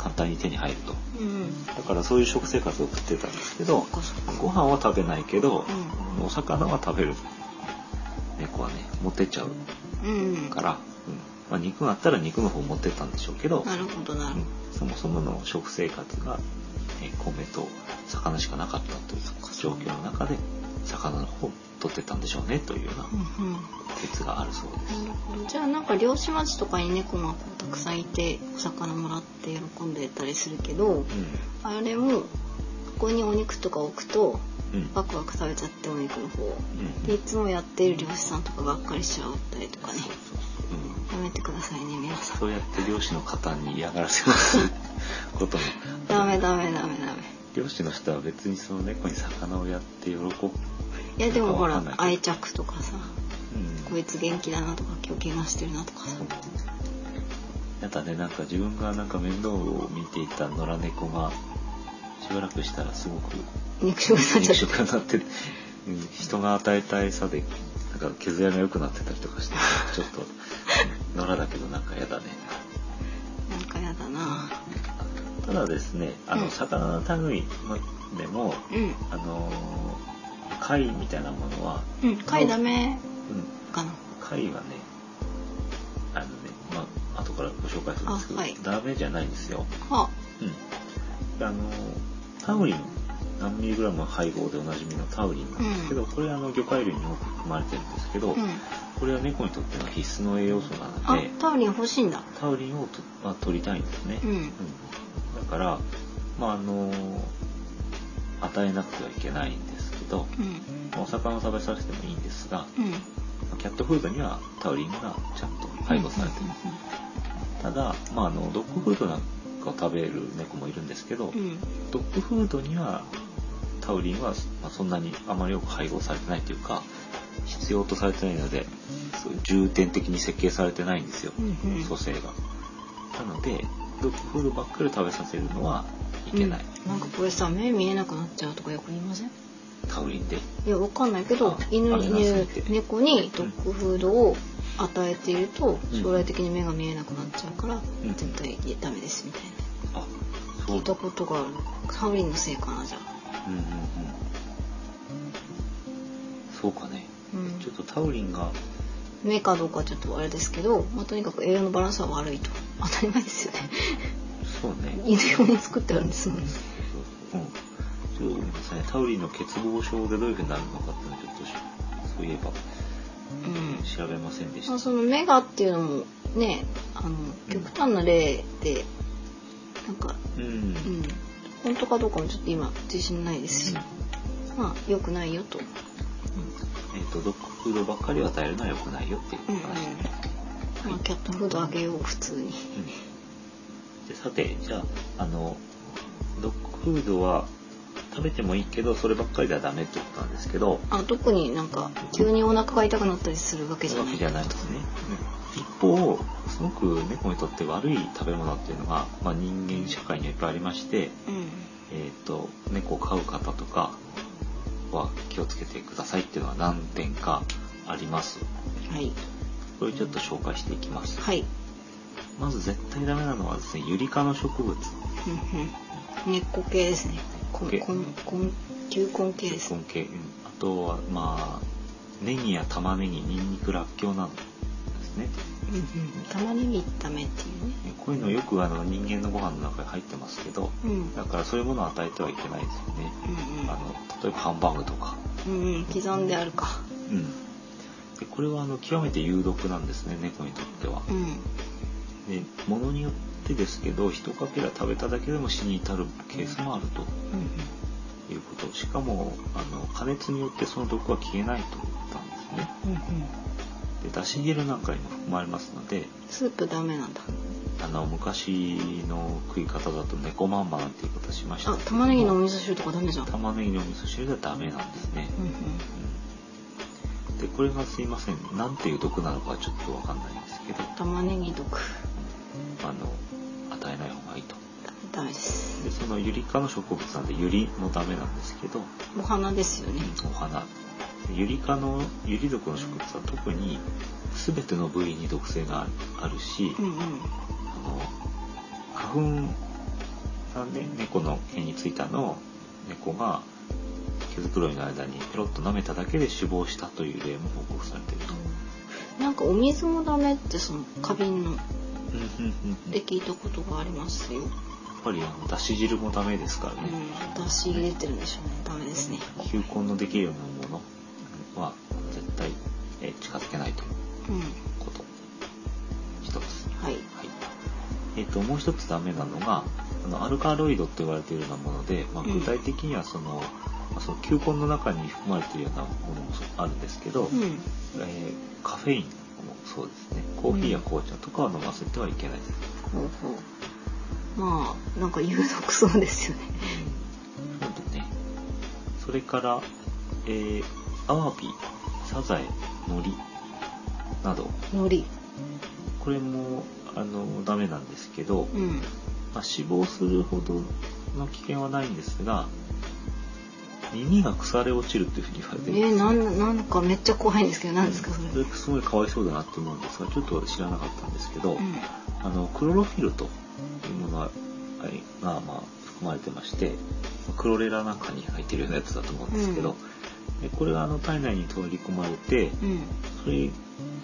Speaker 1: 簡単に手に入ると。
Speaker 2: うん
Speaker 1: だからそういう食生活を送ってたんですけ
Speaker 2: そ
Speaker 1: ど
Speaker 2: っかそっか
Speaker 1: ご飯は食べないけど、お魚は食べる猫はね持ってっちゃう
Speaker 2: うんうん
Speaker 1: から、うんまあ、肉があったら肉の方持ってったんでしょうけど、
Speaker 2: なるほどなるほ
Speaker 1: うんそもそもの食生活が、えー米と魚しかなかったという状況の中で魚の方を取ってたんでしょうねというような
Speaker 2: どうんうん
Speaker 1: 説があるそうです。
Speaker 2: なるほどじゃあなんか漁師町とかに猫がこうたくさんいてお魚もらって喜んでたりするけどあれもここにお肉とか置くと
Speaker 1: うんうん
Speaker 2: バクバク食べちゃってお肉の方を
Speaker 1: うん
Speaker 2: でいつもやっている漁師さんとかがっかりしちゃったりとかね
Speaker 1: そうそうそううん
Speaker 2: やめてくださいね皆さん
Speaker 1: そうやって漁師の方に嫌がらせをすることも
Speaker 2: ダメダメダメダメ
Speaker 1: 漁師の人は別にその猫に魚をやって喜ぶ、
Speaker 2: いやでもほ
Speaker 1: な
Speaker 2: ら
Speaker 1: んかわかんない
Speaker 2: 愛着とかさこいつ元気だなとか今日怪我してるなとかさ
Speaker 1: やだねなんか自分がなんか面倒を見ていた野良猫がしばらくしたらすごく
Speaker 2: 肉食になっち
Speaker 1: 肉
Speaker 2: ゃ
Speaker 1: 食
Speaker 2: って
Speaker 1: になってうん人が与えた餌でなんか削りが良くなってたりとかしてちょっと野良だけどなんかやだね
Speaker 2: なんかやだな
Speaker 1: ただですねあ
Speaker 2: う
Speaker 1: の
Speaker 2: ん
Speaker 1: 魚の類でも
Speaker 2: うん
Speaker 1: あのー貝みたいなものは、
Speaker 2: うん貝ダメ
Speaker 1: うん、
Speaker 2: かな
Speaker 1: 貝はねあのね、まあ、後後からご紹介するんですけど、
Speaker 2: あはい
Speaker 1: ダメじゃないんですよ。
Speaker 2: は
Speaker 1: うん、あのタウリン何ミリグラムの配合でおなじみのタウリンなんですけど、これあの魚介類に多く含まれてるんですけど、
Speaker 2: あ、うん。
Speaker 1: これは猫にとっての必須の栄養素なの
Speaker 2: あ
Speaker 1: で、
Speaker 2: タウリン欲しいんだ。
Speaker 1: タウリンをと、まあ、取りたいんですね、
Speaker 2: う
Speaker 1: うん
Speaker 2: ん。
Speaker 1: だから、まあ、あの与えなくてはいけないんですけど
Speaker 2: うん。
Speaker 1: お魚を食べさせてもいいんですが
Speaker 2: うん。
Speaker 1: キャットフードにはタウリンがちゃんと配合されてます、ただ、まあ、あのドッグフードなんかを食べる猫もいるんですけど、
Speaker 2: うん。
Speaker 1: ドッグフードにはタウリンは、まあ、そんなにあまりよく配合されてないというか必要とされてないのでそういう重点的に設計されてないんですよ、
Speaker 2: うんうん
Speaker 1: 蘇生がなのでドッグフードばっかり食べさせるのはいけない、
Speaker 2: うん。なんかこれさ、目見えなくなっちゃうとかよく言いません
Speaker 1: タウリンで
Speaker 2: いや、わかんないけど
Speaker 1: あ、
Speaker 2: 犬
Speaker 1: ありますね
Speaker 2: に、猫にドッグフードを与えていると、
Speaker 1: うん
Speaker 2: 将来的に目が見えなくなっちゃうから、
Speaker 1: ん
Speaker 2: 絶対ダメですみたい
Speaker 1: あ
Speaker 2: な。
Speaker 1: そ
Speaker 2: 聞
Speaker 1: う
Speaker 2: いたことがある。タウリンのせいかな、じゃあ。
Speaker 1: うんうんうんそうかね
Speaker 2: うん
Speaker 1: ちょっとタウリンが
Speaker 2: 目かどうかちょっとあれですけど、まあ、とにかく栄養のバランスは悪いと当たり前ですよね
Speaker 1: そうね
Speaker 2: 犬用に作ってあるんですもんね
Speaker 1: うん、ちょっとごめんなさいねタウリンの欠乏症でどういうふうになるのかっていうのはちょっとしそういえば
Speaker 2: う
Speaker 1: 調べませんでし
Speaker 2: ん、まあ、
Speaker 1: た。
Speaker 2: その目がっていうのもねあの極端な例でなんか
Speaker 1: うん。う。
Speaker 2: うんん本当かどうかもちょっと今自信ないですしまあ良くないよと
Speaker 1: えっ、と、ドッグフードばっかりを与えるのは良くないよっていう話ね。
Speaker 2: まあキャットフードあげよう普通
Speaker 1: う
Speaker 2: に
Speaker 1: んでさて、じゃあ、あの、ドッグフードは食べてもいいけど、そればっかりではダメってことなんですけど、
Speaker 2: あ特になんか急にお腹が痛くなったりするわけじゃ
Speaker 1: わ
Speaker 2: な
Speaker 1: け
Speaker 2: い
Speaker 1: じゃないですね。一方、すごく猫にとって悪い食べ物っていうのが、まあ、人間社会にはいっぱいありまして、
Speaker 2: うん
Speaker 1: えー、と猫を飼う方とかは気をつけてくださいっていうのは何点かあります
Speaker 2: はい
Speaker 1: これちょっと紹介していきます、
Speaker 2: はい
Speaker 1: まず絶対ダメなのはですねユリ科の植物
Speaker 2: うんうん根っこ系ですね。こん
Speaker 1: 根っ
Speaker 2: こ
Speaker 1: こ
Speaker 2: んこん球根系です
Speaker 1: 結
Speaker 2: ね。
Speaker 1: 婚系、うん、あとはまあネギや玉ねぎニンニクらっきょうなどですね
Speaker 2: うんうん。玉ねぎ炒めっていうね。
Speaker 1: こういうのよくあの人間のご飯の中に入ってますけど
Speaker 2: うん
Speaker 1: だからそういうものを与えてはいけないですよねあの例えばハンバーグとか
Speaker 2: うんうん。うんうん。刻んであるか。
Speaker 1: うんでこれはあの極めて有毒なんですね猫にとっては
Speaker 2: うん
Speaker 1: で物によってですけど一かけら食べただけでも死に至るケースもあると
Speaker 2: う
Speaker 1: いうことしかもあの加熱によってその毒は消えないということなんですね
Speaker 2: んうん。うんうん。
Speaker 1: でだし汁なんかにも含まれますので
Speaker 2: スープダメなんだ。
Speaker 1: あの昔の食い方だと猫まんまなんていうことしました
Speaker 2: あ
Speaker 1: け、ども
Speaker 2: 玉ねぎのお味噌汁とかダメじゃん。うん
Speaker 1: 玉ねぎのお味噌汁ではダメなんですね、
Speaker 2: う
Speaker 1: うんでこれがすいませんなんていう毒なのかはちょっとわかんないんですけど
Speaker 2: ん。玉ねぎ毒。
Speaker 1: あの与えない方がいいと
Speaker 2: ダダメです。
Speaker 1: でそのユリ科の植物なんでユリもダメなんですけど
Speaker 2: お花ですよね。
Speaker 1: お花ユリ科のユリ属の植物は特に全ての部位に毒性があるし、
Speaker 2: うんうん。
Speaker 1: あの花粉がね猫の毛についたのを猫が毛づくろいの間にペロッと舐めただけで死亡したという例も報告されていると。
Speaker 2: なんかお水もダメってその花瓶の
Speaker 1: うん
Speaker 2: で
Speaker 1: やっ
Speaker 2: 聞いたことがありますよ。
Speaker 1: ぱりあのだし汁もダメですからね、
Speaker 2: うん。だし入れてるんでしょうね。ダメですね。
Speaker 1: 球根のできるようなものは絶対え近づけないという
Speaker 2: うん。
Speaker 1: こと一つ。
Speaker 2: はい。
Speaker 1: はい。えっ、と、もう一つダメなのが、あのアルカロイドって言われているようなもので、まあ、
Speaker 2: う
Speaker 1: 具
Speaker 2: ん
Speaker 1: 体的にはその、まあその球根の中に含まれているようなものもそあるんですけど、
Speaker 2: うん。
Speaker 1: えーカフェインもそうですね。コーヒーや紅茶とかは飲ませてはいけないです。
Speaker 2: ほうほう。まあ、なんか有毒そうですよね。
Speaker 1: うん。そうだね。それから、えーアワビ、サザエ、海苔など、
Speaker 2: 海苔。
Speaker 1: これも、あの、ダメなんですけど、
Speaker 2: うん。
Speaker 1: まあ、死亡するほどの危険はないんですが耳が腐れ落ちるっていうふうに言われ
Speaker 2: え
Speaker 1: てる
Speaker 2: ー、な
Speaker 1: ですね
Speaker 2: ん、なんかめっちゃ怖いんですけど、なんですか、それ。
Speaker 1: それすごいかわいそうだなって思うんですがちょっと知らなかったんですけど、
Speaker 2: うん。
Speaker 1: あのクロロフィルというものが、はいまあ、まあ含まれてましてクロレラなんかに入ってるようなやつだと思うんですけど、でこれがあの体内に取り込まれて
Speaker 2: うん。
Speaker 1: それ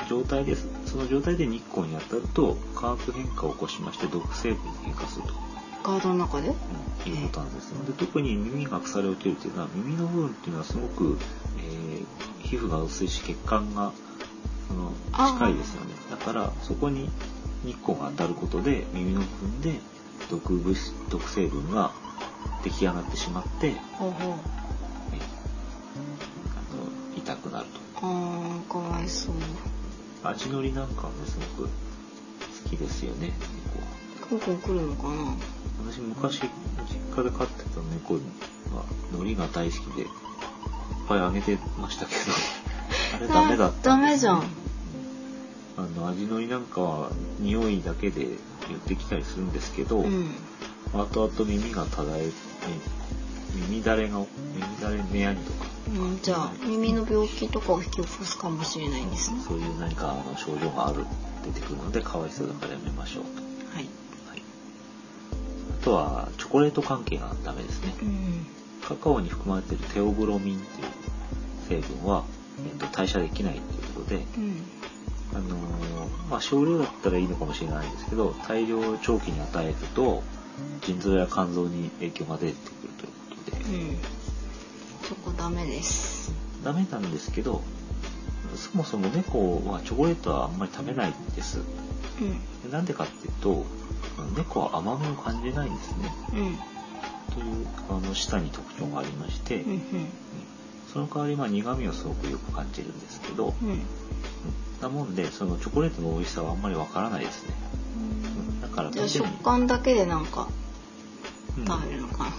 Speaker 1: 状態ですその状態で日光に当たると化学変化を起こしまして毒成分に変化すると、
Speaker 2: 体の中で
Speaker 1: うんいうことなんですので特に耳が腐れ落ちるというのは耳の部分っていうのはすごく、えー皮膚が薄いし血管がその
Speaker 2: あー
Speaker 1: 近いですよねだからそこに日光が当たることで耳の部分で毒物質毒成分が出来上がってしまって、ね
Speaker 2: ほうほ
Speaker 1: あ
Speaker 2: う
Speaker 1: の痛くなると
Speaker 2: あーかわいそう
Speaker 1: 味のりなんかはねすごく好きですよね猫は
Speaker 2: くんくん来るのかな
Speaker 1: 私昔実家で飼ってた猫は海苔が大好きでいっぱいあげてましたけ どあれダメだった
Speaker 2: ダメじゃん
Speaker 1: あの味のりなんかは匂いだけで寄ってきたりするんですけど、
Speaker 2: うん
Speaker 1: 後々耳がただえ耳だれが耳だれ目やにとか
Speaker 2: うん、じゃあ耳の病気とかを引き起こすかもしれないんですね。
Speaker 1: そういう何かあの症状がある出てくるのでかわいそうだからやめましょうと、
Speaker 2: はい。
Speaker 1: はい、あとはチョコレート関係がダメですね、
Speaker 2: うん。
Speaker 1: カカオに含まれているテオブロミンという成分は、えっと代謝できないということで、
Speaker 2: うん。
Speaker 1: あのーまあ、少量だったらいいのかもしれないんですけど大量長期に与えると腎臓や肝臓に影響が出てくるということで、
Speaker 2: うん。チョコダメです。
Speaker 1: ダメなんですけどそもそも猫はチョコレートはあんまり食べないんです
Speaker 2: う
Speaker 1: でなんでかっていうと猫は甘みを感じないんですね
Speaker 2: ん。うん。
Speaker 1: というあの舌に特徴がありまして、
Speaker 2: うん。
Speaker 1: その代わりまあ苦味をすごくよく感じるんですけど、
Speaker 2: うん。うん。
Speaker 1: だもんでそのチョコレートの美味しさはあんまりわからないですねだから
Speaker 2: じゃあ
Speaker 1: 特
Speaker 2: 食
Speaker 1: に、
Speaker 2: 感だけでなんか
Speaker 1: うん、だ
Speaker 2: 食べるのかな。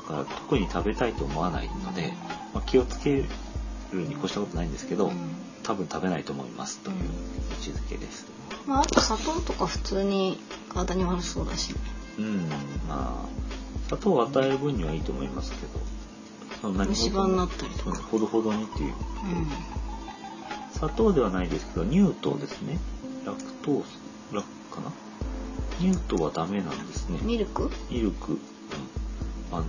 Speaker 1: から特に食べたいと思わないので、まあ、気をつけるに越したことないんですけど、
Speaker 2: うん
Speaker 1: 多分食べないと思いますという
Speaker 2: うん
Speaker 1: 位置づけです
Speaker 2: まああと砂糖とか普通に体に悪そうだし。
Speaker 1: うん、まあ砂糖を与える分にはいいと思いますけどその
Speaker 2: 虫歯になったりと
Speaker 1: うん
Speaker 2: か。
Speaker 1: ほどほどにっていう
Speaker 2: う
Speaker 1: 砂糖ではないですけど乳糖ですねラクトースラクかな乳糖はダメなんですね
Speaker 2: ん。ミルク？
Speaker 1: ミルク、あの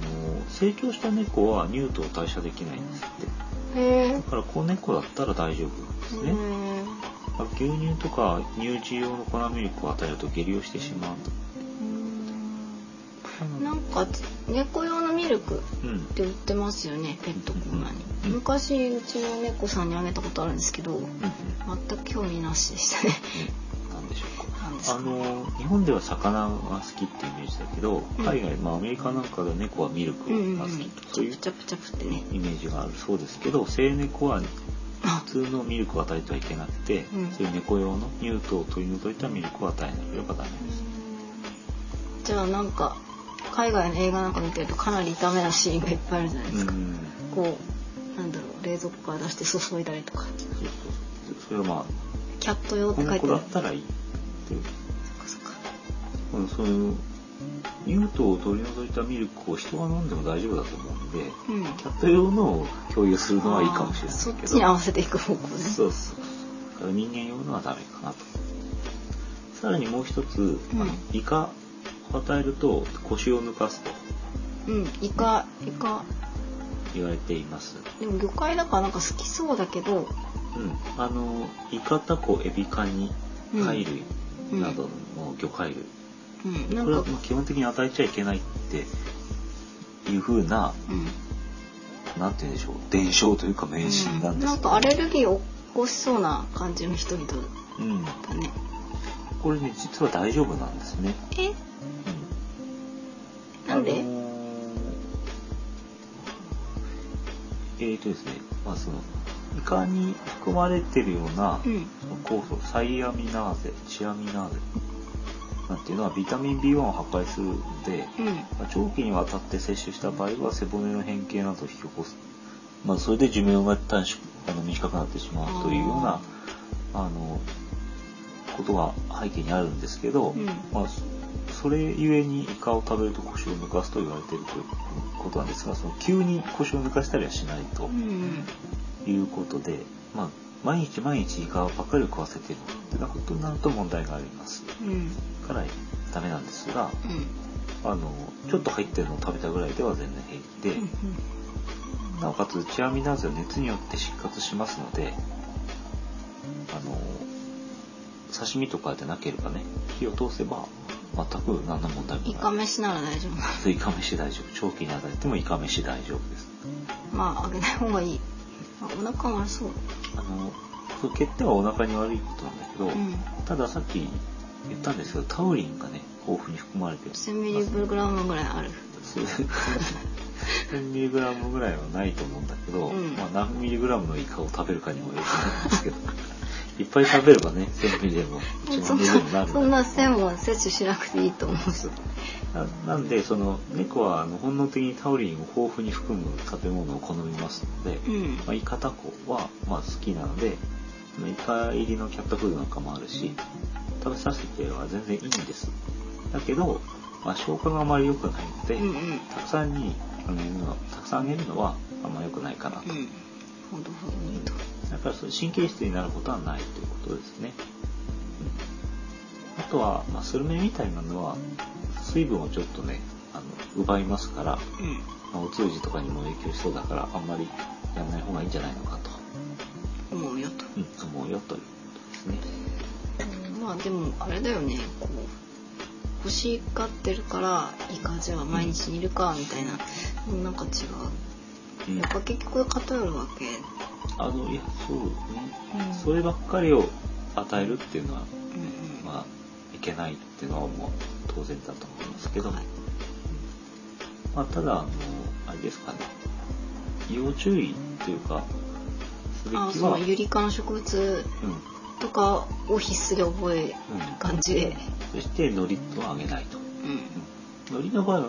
Speaker 1: 成長した猫は乳糖を代謝できないんですって
Speaker 2: へえ
Speaker 1: だ。から子猫だったら大丈夫ですね、
Speaker 2: へえ。
Speaker 1: まあ牛乳とか乳児用の粉ミルクを与えると下痢をしてしまうと
Speaker 2: うんなんか猫用のミルク
Speaker 1: うん
Speaker 2: って売ってますよねペットコーナー
Speaker 1: うん
Speaker 2: に昔うちの猫さんにあげたことあるんですけど
Speaker 1: うんうん
Speaker 2: 全く興味なしでしたね
Speaker 1: なんでしょうか
Speaker 2: なんです
Speaker 1: あ
Speaker 2: か
Speaker 1: の日本では魚が好きってイメージだけど
Speaker 2: うん
Speaker 1: 海外、まあ、アメリカなんかでは猫はミルク
Speaker 2: うんうん
Speaker 1: が
Speaker 2: う
Speaker 1: 好
Speaker 2: ん
Speaker 1: き
Speaker 2: チ
Speaker 1: とそういう
Speaker 2: ャプチャプチャプってね
Speaker 1: イメージがあるそうですけど成猫は
Speaker 2: あ
Speaker 1: 普通のミルクを与えてはいけなくて、
Speaker 2: うん
Speaker 1: そういう猫用の乳糖を取り除いたミルクを与えなければダメです、
Speaker 2: じゃあなんか海外の映画なんか見てるとかなり痛めなシーンがいっぱいあるじゃないですか
Speaker 1: ん
Speaker 2: こうなんだろう冷蔵庫から出して注いだりとか
Speaker 1: そうそうそれはま
Speaker 2: キャット
Speaker 1: あ
Speaker 2: 用って
Speaker 1: こ
Speaker 2: 書
Speaker 1: の
Speaker 2: い
Speaker 1: 子
Speaker 2: てあ
Speaker 1: だ
Speaker 2: る
Speaker 1: ったらいいっていう、
Speaker 2: そっかそっか
Speaker 1: うん、そういう乳糖を取り除いたミルクを人が飲んでも大丈夫だと思うんで
Speaker 2: うん
Speaker 1: キャット用のを共有するのはいいかもしれ
Speaker 2: あーそ
Speaker 1: な
Speaker 2: っ
Speaker 1: いけど
Speaker 2: ちに合わせていく方向ね
Speaker 1: そうそうだから人間用のはダメかなとさらにもう一つ、あの
Speaker 2: うん
Speaker 1: イカを与えると腰を抜かすと
Speaker 2: うんイカイカ
Speaker 1: 言われています
Speaker 2: でも魚介だからなんか好きそうだけど
Speaker 1: うん、あのイカタコエビカニ
Speaker 2: うん
Speaker 1: 貝類などの魚介類、
Speaker 2: うんなん
Speaker 1: これは
Speaker 2: か
Speaker 1: まあ基本的に与えちゃいけないっていう風な
Speaker 2: うん
Speaker 1: なんて言うんでしょう伝承というか迷信なんです
Speaker 2: なんかアレルギーを起こしそうな感じの人々
Speaker 1: うん、
Speaker 2: だね
Speaker 1: これね実は大丈夫なんですね、
Speaker 2: え
Speaker 1: う
Speaker 2: なんで、
Speaker 1: あのーえーとですねまあそのイカに含まれてるような、
Speaker 2: うん
Speaker 1: 酵素サイアミナーゼチアミナーゼなんていうのはビタミン B1 を破壊するので、
Speaker 2: うん
Speaker 1: まあ長期にわたって摂取した場合は背骨の変形などを引き起こす、まあ、それで寿命が短縮あの短くなってしまうというようなあのことが背景にあるんですけど、
Speaker 2: うん
Speaker 1: まあ、そそれゆえにイカを食べると腰を抜かすと言われているということなんですがその急に腰を抜かしたりはしないと。
Speaker 2: うん
Speaker 1: ということで、まあ、毎日毎日イカばっかり食わせてるってなことになると問題があります
Speaker 2: うんうん
Speaker 1: からダメなんですが
Speaker 2: うん
Speaker 1: あのちょっと入ってるのを食べたぐらいでは全然平気で、なおかつチアミナーゼは熱によって失活しますのであの刺身とかでなければね火を通せば全く何の問題もない
Speaker 2: イカ飯なら大丈夫
Speaker 1: そうイカ飯大丈夫長期に与えてもイカ飯大丈夫です
Speaker 2: まあ揚げない方がいいあお腹悪そう
Speaker 1: あのそう決定はお腹に悪いことなんだけど、
Speaker 2: うん
Speaker 1: たださっき言ったんですけどタウリンがね豊富に含まれてる
Speaker 2: 1000mg ぐらいある
Speaker 1: 1000ミリグラムぐらいはないと思うんだけど、
Speaker 2: うん
Speaker 1: まあ、何ミリグラムのイカを食べるかにもよるんですけどいっぱい食べればね1000ミリでも1
Speaker 2: そ
Speaker 1: 万
Speaker 2: ん
Speaker 1: ミ
Speaker 2: な
Speaker 1: リでもなる
Speaker 2: そん
Speaker 1: だ
Speaker 2: な
Speaker 1: けど
Speaker 2: 線も摂取しなくていいと思うし
Speaker 1: ななんでその猫はあの本能的にタウリンを豊富に含む食べ物を好みますので、
Speaker 2: うん
Speaker 1: まあ、イカタコはまあ好きなのでまあイカ入りのキャットフードなんかもあるし食べさせては全然いいんですだけど、まあ、消化があまり良くないので、
Speaker 2: うんうん
Speaker 1: たくさんにあげるのはたくさんあげるのはあんま良くないかなと、
Speaker 2: うんほどほどにと
Speaker 1: だからそういう神経質になることはないということですね、うんあとは、まあ、スルメみたいなのは水分をちょっとねあの奪いますから、
Speaker 2: うん
Speaker 1: まあお通じとかにも影響しそうだからあんまりやんない方がいいんじゃないのかと、
Speaker 2: 思うよと、
Speaker 1: うん、思うよということですね
Speaker 2: うんまあでもあれだよねこう欲しがってるからイカじゃあ毎日煮るかみたいな、うん、なんか違
Speaker 1: う
Speaker 2: うんやっぱ結局偏るわけ
Speaker 1: あのいやそうね、
Speaker 2: うん
Speaker 1: そればっかりを与えるっていうのは
Speaker 2: うんうん
Speaker 1: まあいけないっていうのはもう当然だと思いますけど、
Speaker 2: はい
Speaker 1: まあ、ただあのあれですかね要注意というかすべき
Speaker 2: あそ
Speaker 1: は
Speaker 2: のユリ科の植物
Speaker 1: うん
Speaker 2: とかを必須で覚える
Speaker 1: うん、
Speaker 2: 感じで、
Speaker 1: そして海苔とあげないと
Speaker 2: うん、
Speaker 1: 海苔の場合は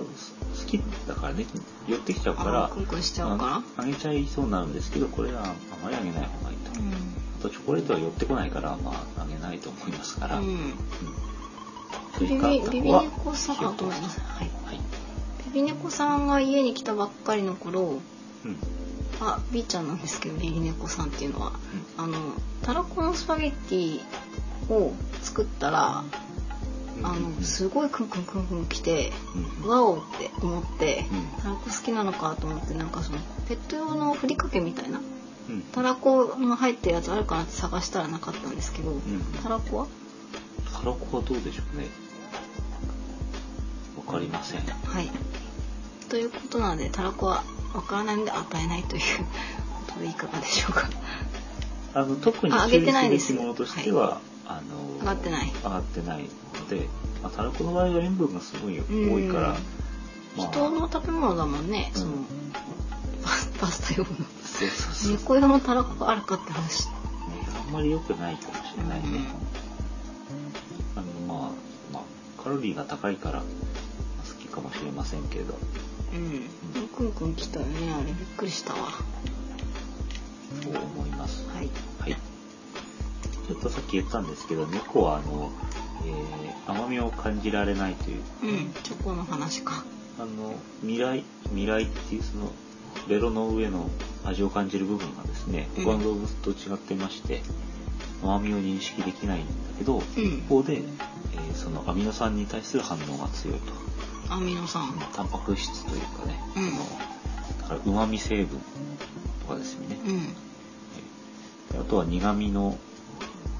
Speaker 1: す好きだからね寄ってきちゃうか
Speaker 2: あ
Speaker 1: ら
Speaker 2: クンクンしちゃうから
Speaker 1: ああげちゃいそうになるんですけどこれはあまりあげない方がいいと、
Speaker 2: うん
Speaker 1: あとチョコレートは寄ってこないからまああげないと思いますから、うん
Speaker 2: ビビビビ
Speaker 1: は
Speaker 2: 猫さんあごめんなさい、はい、
Speaker 1: はい、
Speaker 2: ビビ猫さんが家に来たばっかりの頃
Speaker 1: うん
Speaker 2: あ B ちゃんなんですけどビビ猫さんっていうのはあのたらこのスパゲッティを作ったら
Speaker 1: うん、
Speaker 2: あ
Speaker 1: うん
Speaker 2: のすごいクンクンクンクン来て
Speaker 1: うん
Speaker 2: わおって思って
Speaker 1: うん
Speaker 2: たらこ好きなのかと思ってなんかそのペット用のふりかけみたいな
Speaker 1: うん
Speaker 2: たらこの入ってるやつあるかなって探したらなかったんですけど、
Speaker 1: ん
Speaker 2: たらこは
Speaker 1: たらこはどうでしょうねわかりません
Speaker 2: はいということなのでたらこはわからないので与えないということでいかがでしょうか
Speaker 1: あの特に
Speaker 2: あ
Speaker 1: 注
Speaker 2: 上げ
Speaker 1: 意
Speaker 2: てないです
Speaker 1: すべきものとしては、あの
Speaker 2: 上がってない
Speaker 1: 上がってないので、まあ、たらこの場合は塩分がすごい多
Speaker 2: うん
Speaker 1: いから、まあ
Speaker 2: 人の食べ物だもんね、
Speaker 1: うん
Speaker 2: そのパス パスタ用の
Speaker 1: そうそうそう、ね、
Speaker 2: 猫用のたらこがあるかって話
Speaker 1: あんまり良くないかもしれないね、
Speaker 2: うん
Speaker 1: あのまあまあカロリーが高いからまあ好きかもしれませんけど
Speaker 2: うんくんくん来たよねあれびっくりしたわは
Speaker 1: そう思います
Speaker 2: い
Speaker 1: はい。ちょっとさっき言ったんですけど、猫はあの、えー甘みを感じられないという、
Speaker 2: うんチョコの話か
Speaker 1: あの、未来、未来っていうその、ベロの上の味を感じる部分がですね、
Speaker 2: うん
Speaker 1: 他の動物と違ってまして、甘みを認識できないんだけど、
Speaker 2: うん
Speaker 1: 一方で、えーそのアミノ酸に対する反応が強いと。
Speaker 2: アミノ酸
Speaker 1: タンパク質というかね、
Speaker 2: うん
Speaker 1: その、だから旨味成分とかですよね。
Speaker 2: うん
Speaker 1: であとは苦味の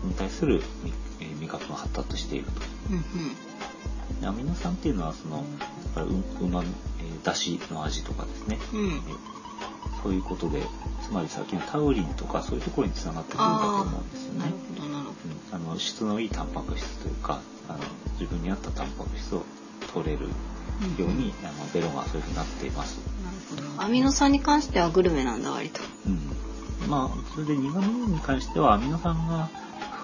Speaker 1: に対するみえー味覚が発達していると
Speaker 2: うん
Speaker 1: でアミノ酸っていうのはそのだからううまみ、えー、だしの味とかですね、
Speaker 2: うんうん
Speaker 1: えーそういうことでつまりさっきのタウリンとかそういうところにつながってくるんだと思うんですよ
Speaker 2: なる
Speaker 1: ね
Speaker 2: ほどなるほ
Speaker 1: うんあの質のいいタンパク質というかあの自分に合ったタンパク質を取れるよう
Speaker 2: ど、うん、
Speaker 1: に、あのベロがそういうふうになっています、
Speaker 2: なるほどアミノ酸に関してはグルメなんだ割と
Speaker 1: うん、まあそれで苦味に関してはアミノ酸が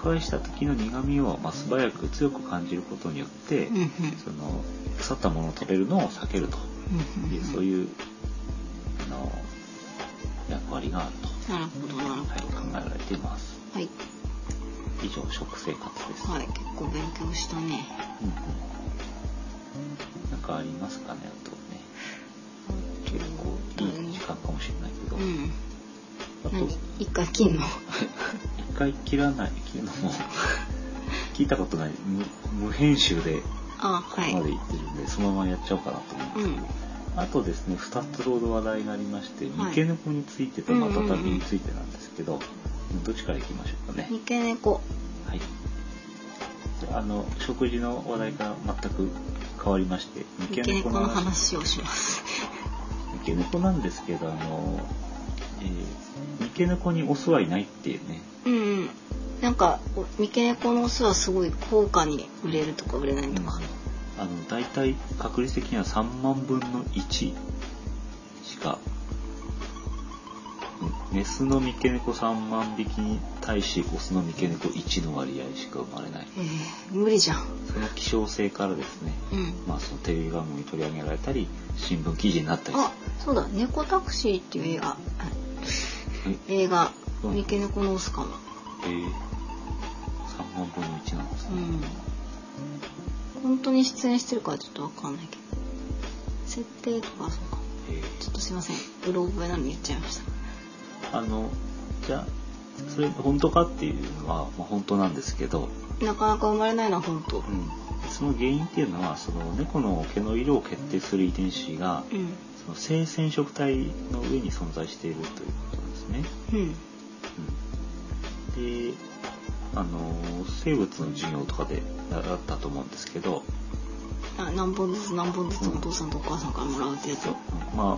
Speaker 1: 腐敗した時の苦味を、まあ、素早く強く感じることによって、
Speaker 2: うんうんうん
Speaker 1: その腐ったものを食べるのを避けると
Speaker 2: うん
Speaker 1: いう、
Speaker 2: うん
Speaker 1: そういうあの役割があると、
Speaker 2: なるほどなるほ
Speaker 1: はい、
Speaker 2: ど
Speaker 1: 考えられています
Speaker 2: はい
Speaker 1: 以上食生活です、
Speaker 2: はい結構勉強したね
Speaker 1: うんなんかありますかねあとね結構いい時間かもしれないけど、
Speaker 2: うん
Speaker 1: あと
Speaker 2: 何一回 金の
Speaker 1: 一回切らないっていうの も聞いたことない無無編集で
Speaker 2: あ
Speaker 1: こ
Speaker 2: は
Speaker 1: こまで
Speaker 2: い
Speaker 1: 言ってるんで、そのままやっちゃおうかなと思うんです
Speaker 2: う
Speaker 1: けど、
Speaker 2: ん
Speaker 1: あとですね2つほど話題がありまして
Speaker 2: は
Speaker 1: 三
Speaker 2: い
Speaker 1: 毛猫についてと
Speaker 2: うん
Speaker 1: マ
Speaker 2: うんう
Speaker 1: タ
Speaker 2: ん
Speaker 1: タビについてなんですけど、どっちからいきましょうかね、
Speaker 2: 三毛猫
Speaker 1: はいあの食事の話題が全く変わりまして
Speaker 2: 三毛猫の話をします
Speaker 1: 三毛猫なんですけどあの、えー、三毛猫にオスはいないっていうね
Speaker 2: うんうんなんか三毛猫のオスはすごい高価に売れるとか売れないとか、
Speaker 1: あの大体確率的には3万分の1しかうんメスの三毛猫3万匹に対しオスの三毛猫1の割合しか生まれない
Speaker 2: えー無理じゃん
Speaker 1: その希少性からですね、
Speaker 2: うん
Speaker 1: まあ、そのテレビ番組に取り上げられたり新聞記事になったり
Speaker 2: あそうだ「猫タクシー」っていう映画あ
Speaker 1: え
Speaker 2: 映画
Speaker 1: うん
Speaker 2: 三毛猫のオスかも
Speaker 1: えー、3万分の1なんです
Speaker 2: う
Speaker 1: ね、
Speaker 2: ん本当に出演してるからちょっとわかんないけど設定とかそうかも
Speaker 1: え
Speaker 2: ちょっとすいませんうろ覚えなのに言っちゃいました
Speaker 1: ーあのじゃあそれ本当かっていうのは、まあ、本当なんですけど、
Speaker 2: なかなか生まれないのは本当
Speaker 1: うん、その原因っていうのはその猫の毛の色を決定する遺伝子が
Speaker 2: うん
Speaker 1: その性染色体の上に存在しているということなんですね。
Speaker 2: うん
Speaker 1: うんであの生物の授業とかで習ったと思うんですけど、
Speaker 2: あ何本ずつ何本ずつお父さんとお母さんからもらうってやつ
Speaker 1: うんまあ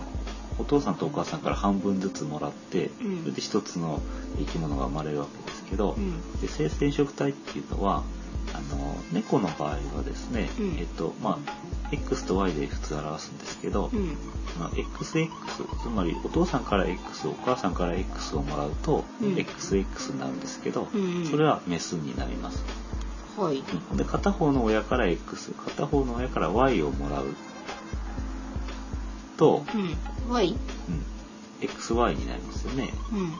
Speaker 1: お父さんとお母さんから半分ずつもらって、
Speaker 2: うん
Speaker 1: それで一つの生き物が生まれるわけですけど、
Speaker 2: うん
Speaker 1: で性染色体っていうのはあの猫の場合はですね、
Speaker 2: うん
Speaker 1: えっとまあ X と Y で普通表すんですけど、
Speaker 2: うん
Speaker 1: まあ XX つまりお父さんから X お母さんから X をもらうと、
Speaker 2: うん
Speaker 1: XX になるんですけど、
Speaker 2: うんうん
Speaker 1: それはメスになります、
Speaker 2: はい
Speaker 1: うんで片方の親から X 片方の親から Y をもらうと、
Speaker 2: うんはい
Speaker 1: うん XY になりますよね
Speaker 2: うんうん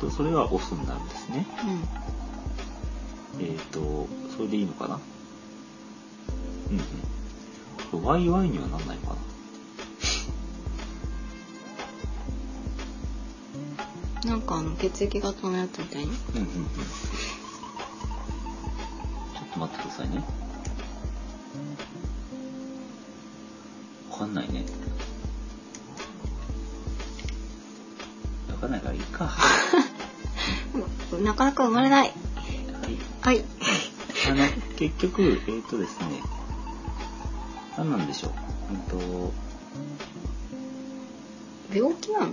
Speaker 1: とそれはオスになるんですねえっ、とそれでいいのかなうんうん YY にはなんないのかな
Speaker 2: なんかあの血液型のやつみたいに
Speaker 1: うんうんうんちょっと待ってくださいね。わかんないね。わかんないからいいか。は
Speaker 2: うんなかなか生まれない
Speaker 1: い。
Speaker 2: はい
Speaker 1: あの、結局、えっ、とですね、何なんでしょう。うんと、
Speaker 2: 病気なの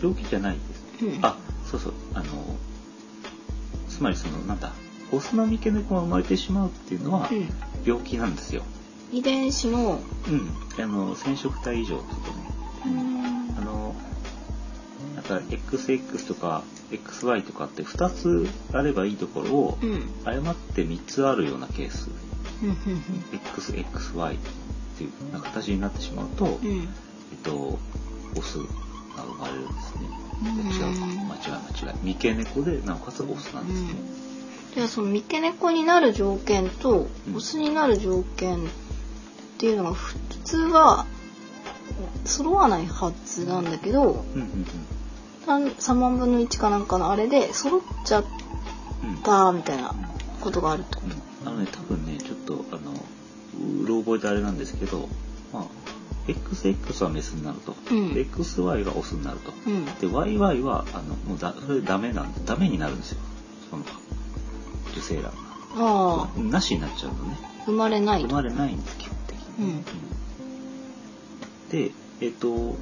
Speaker 1: 病気じゃないです。
Speaker 2: うん
Speaker 1: あ、そうそう、あの、つまりその、なんだ、オスの三毛猫が生まれてしまうっていうのは
Speaker 2: う、ん
Speaker 1: 病気なんですよ。
Speaker 2: 遺伝子
Speaker 1: う
Speaker 2: の
Speaker 1: ん、あの染色体異常とか
Speaker 2: う
Speaker 1: ね、
Speaker 2: ん
Speaker 1: あのなんか XX とか XY とかって2つあればいいところを
Speaker 2: うんうん
Speaker 1: 誤って3つあるようなケース
Speaker 2: うん
Speaker 1: XXY っていうなんか形になってしまうと、
Speaker 2: う
Speaker 1: えっ
Speaker 2: ん
Speaker 1: とオスが生まれるんですね
Speaker 2: うん
Speaker 1: 違う間違い間違い三毛猫でなおかつオスなんですね、
Speaker 2: じゃあその三毛猫になる条件と
Speaker 1: うん
Speaker 2: オスになる条件っていうのが普通は揃わないはずなんだけど
Speaker 1: うん、うんうん
Speaker 2: 3, 万分の1かなんかのあれで揃っちゃっ
Speaker 1: うん
Speaker 2: たみたいな
Speaker 1: うん
Speaker 2: ことがあるってこ
Speaker 1: あのね、多分ね、ちょっと、あの、うろ覚えであれなんですけど、まあ、XX はメスになると、
Speaker 2: うん
Speaker 1: で XY がオスになると、
Speaker 2: と。うん
Speaker 1: で、YY は、あの、もうだ、それダメなんで、ダメになるんですよ。その、受精卵
Speaker 2: あ
Speaker 1: が。なしになっちゃうのね。
Speaker 2: あ生まれない
Speaker 1: 生
Speaker 2: と。
Speaker 1: まれないんです、基本的
Speaker 2: う
Speaker 1: に。
Speaker 2: ん
Speaker 1: で、えっ、と、その、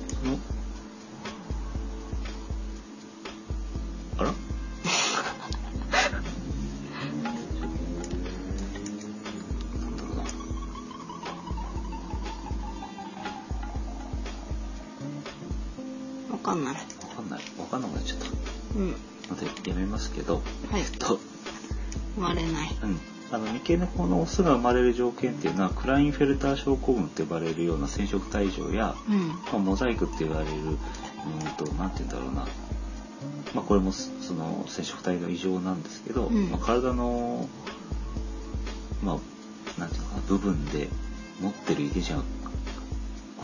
Speaker 1: あらなんだろうな。
Speaker 2: わかんない。
Speaker 1: わかんない。わかんなくなっちゃった。
Speaker 2: うん
Speaker 1: ので、やめますけど、
Speaker 2: はい
Speaker 1: えっと、
Speaker 2: 生まれない。
Speaker 1: うん。あの、三毛猫のオスが生まれる条件っていうのは、クラインフェルター症候群って呼ばれるような染色体異常や、
Speaker 2: うん
Speaker 1: まあ、モザイクって言われる、うーんと、なんて言うんだろうな。まあ、これもそ、その、染色体の異常なんですけど、
Speaker 2: うん
Speaker 1: まあ、体の、まあ、なんていうのかな、部分で持ってる遺伝子が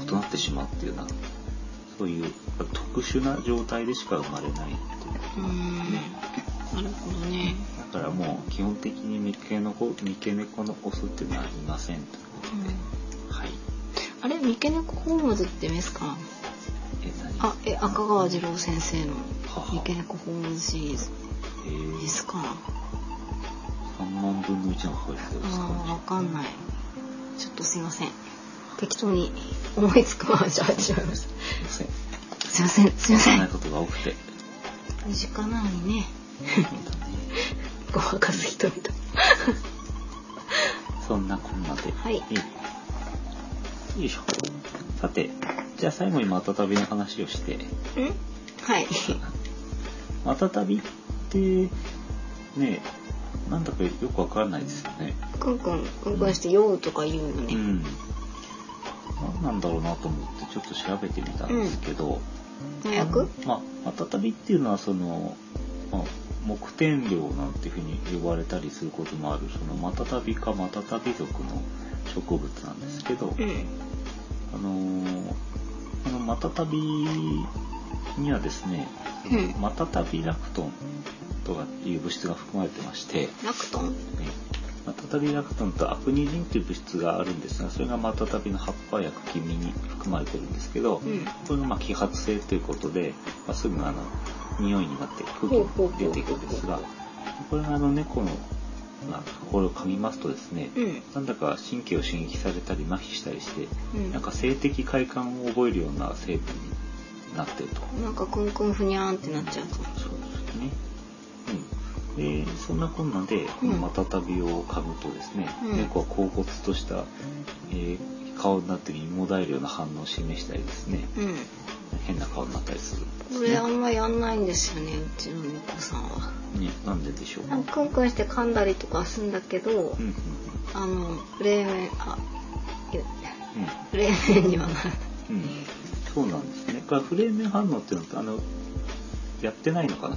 Speaker 1: 異なってしまうっていうような、そういう特殊な状態でしか生まれないっていう
Speaker 2: うーん
Speaker 1: ね
Speaker 2: なるほどね。
Speaker 1: だからもう、基本的に三毛の子、三毛猫のオスっていうのはいませんというこ
Speaker 2: うん
Speaker 1: とで。はい。
Speaker 2: あれ三毛猫ホームズってメスかな
Speaker 1: え、何
Speaker 2: あ、え、赤川次郎先生の
Speaker 1: はは
Speaker 2: 三毛猫ホームズシリーズ
Speaker 1: えー
Speaker 2: ですかな
Speaker 1: 3万3分の1の確率で押す
Speaker 2: ああ
Speaker 1: か
Speaker 2: わ
Speaker 1: も
Speaker 2: かんないちょっとすいません適当に思いつくままじゃあ始めまし
Speaker 1: しれません。
Speaker 2: たすいませんすいま
Speaker 1: わか
Speaker 2: せ
Speaker 1: んない
Speaker 2: ん
Speaker 1: ことが多くて。
Speaker 2: 身近なのにねごまかす人々
Speaker 1: そんなこんなで。
Speaker 2: はい
Speaker 1: よいしょ。さて、じゃあ最後にまた旅の話をして、
Speaker 2: んはい
Speaker 1: また旅って、ね、なんだかよくわからないですよね。
Speaker 2: くんくんくんくんして酔うとか言うよ
Speaker 1: う
Speaker 2: ね
Speaker 1: ん。何なんだろうなと思ってちょっと調べてみたんですけど、
Speaker 2: 麻薬
Speaker 1: まあ、また旅っていうのはその、まあ、木天領なんていうふうに呼ばれたりすることもある、そのまた旅かまた旅族の植物なんですけど、
Speaker 2: うん
Speaker 1: あのーこのマタタビにはですね、
Speaker 2: うん
Speaker 1: マタタビラクトンとかいう物質が含まれてまして、
Speaker 2: ラクトン
Speaker 1: えマタタビラクトンとアクニジンという物質があるんですが、それがマタタビの葉っぱや茎実に含まれてるんですけど、
Speaker 2: うん
Speaker 1: これがまあ揮発性ということで、まあ、すぐあの匂いになって空気に出ていくんですが、これがあの猫の、まあ、これを噛みますとですね、
Speaker 2: うん
Speaker 1: なんだか神経を刺激されたり麻痺したりして、
Speaker 2: うん
Speaker 1: なんか性的快感を覚えるような成分になってると。
Speaker 2: なんかくんくんふにゃーんってなっちゃうかも
Speaker 1: そうですね。うん。で、そんなこんなで、このマタタビを噛むとですね、
Speaker 2: うん
Speaker 1: 猫は恍惚とした、えー顔になって芋だえるような反応を示したりですね、
Speaker 2: うん
Speaker 1: 変な顔になったりするんです
Speaker 2: これ
Speaker 1: ね
Speaker 2: あ。んまやんないんですよねうちの猫さんは
Speaker 1: ね、なんででしょうか。
Speaker 2: なんかくんくんして噛んだりとかするんだけど
Speaker 1: うんうん
Speaker 2: あのフレーメンあいや
Speaker 1: うん。
Speaker 2: フレーメンにはならない
Speaker 1: うん。うん。そうなんですね。だからフレーメン反応っていうのは、あの、やってないのかな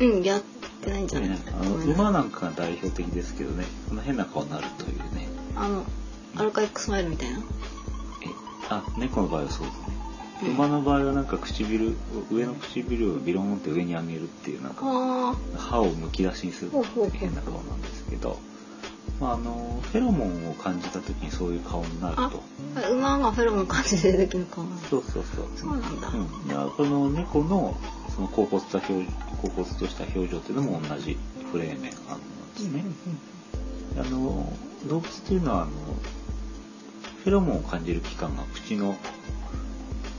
Speaker 2: うんやってないんじゃない
Speaker 1: ね
Speaker 2: か
Speaker 1: あ
Speaker 2: な
Speaker 1: の
Speaker 2: ごめんな
Speaker 1: 馬なんかが代表的ですけどねこの変な顔になるというね
Speaker 2: あのアルカイックスマイルみたいな
Speaker 1: えあ猫の場合はそうですね、
Speaker 2: うん
Speaker 1: 馬の場合はなんか唇を上の唇をビローンって上に上げるっていうなんか
Speaker 2: あ
Speaker 1: 歯をむき出しにする
Speaker 2: ほうほうほう
Speaker 1: 変な顔なんですけど、まあ、あのフェロモンを感じた時にそういう顔になる
Speaker 2: あ
Speaker 1: と
Speaker 2: あ馬がフェロモン感じてる時の顔なの
Speaker 1: そうそうそう
Speaker 2: そうなんだ
Speaker 1: うん、だからこの猫のその恍惚とした表恍惚とした表情っていうのも同じフレーメン反応なんですね、あの動物というのはあのフェロモンを感じる器官が口の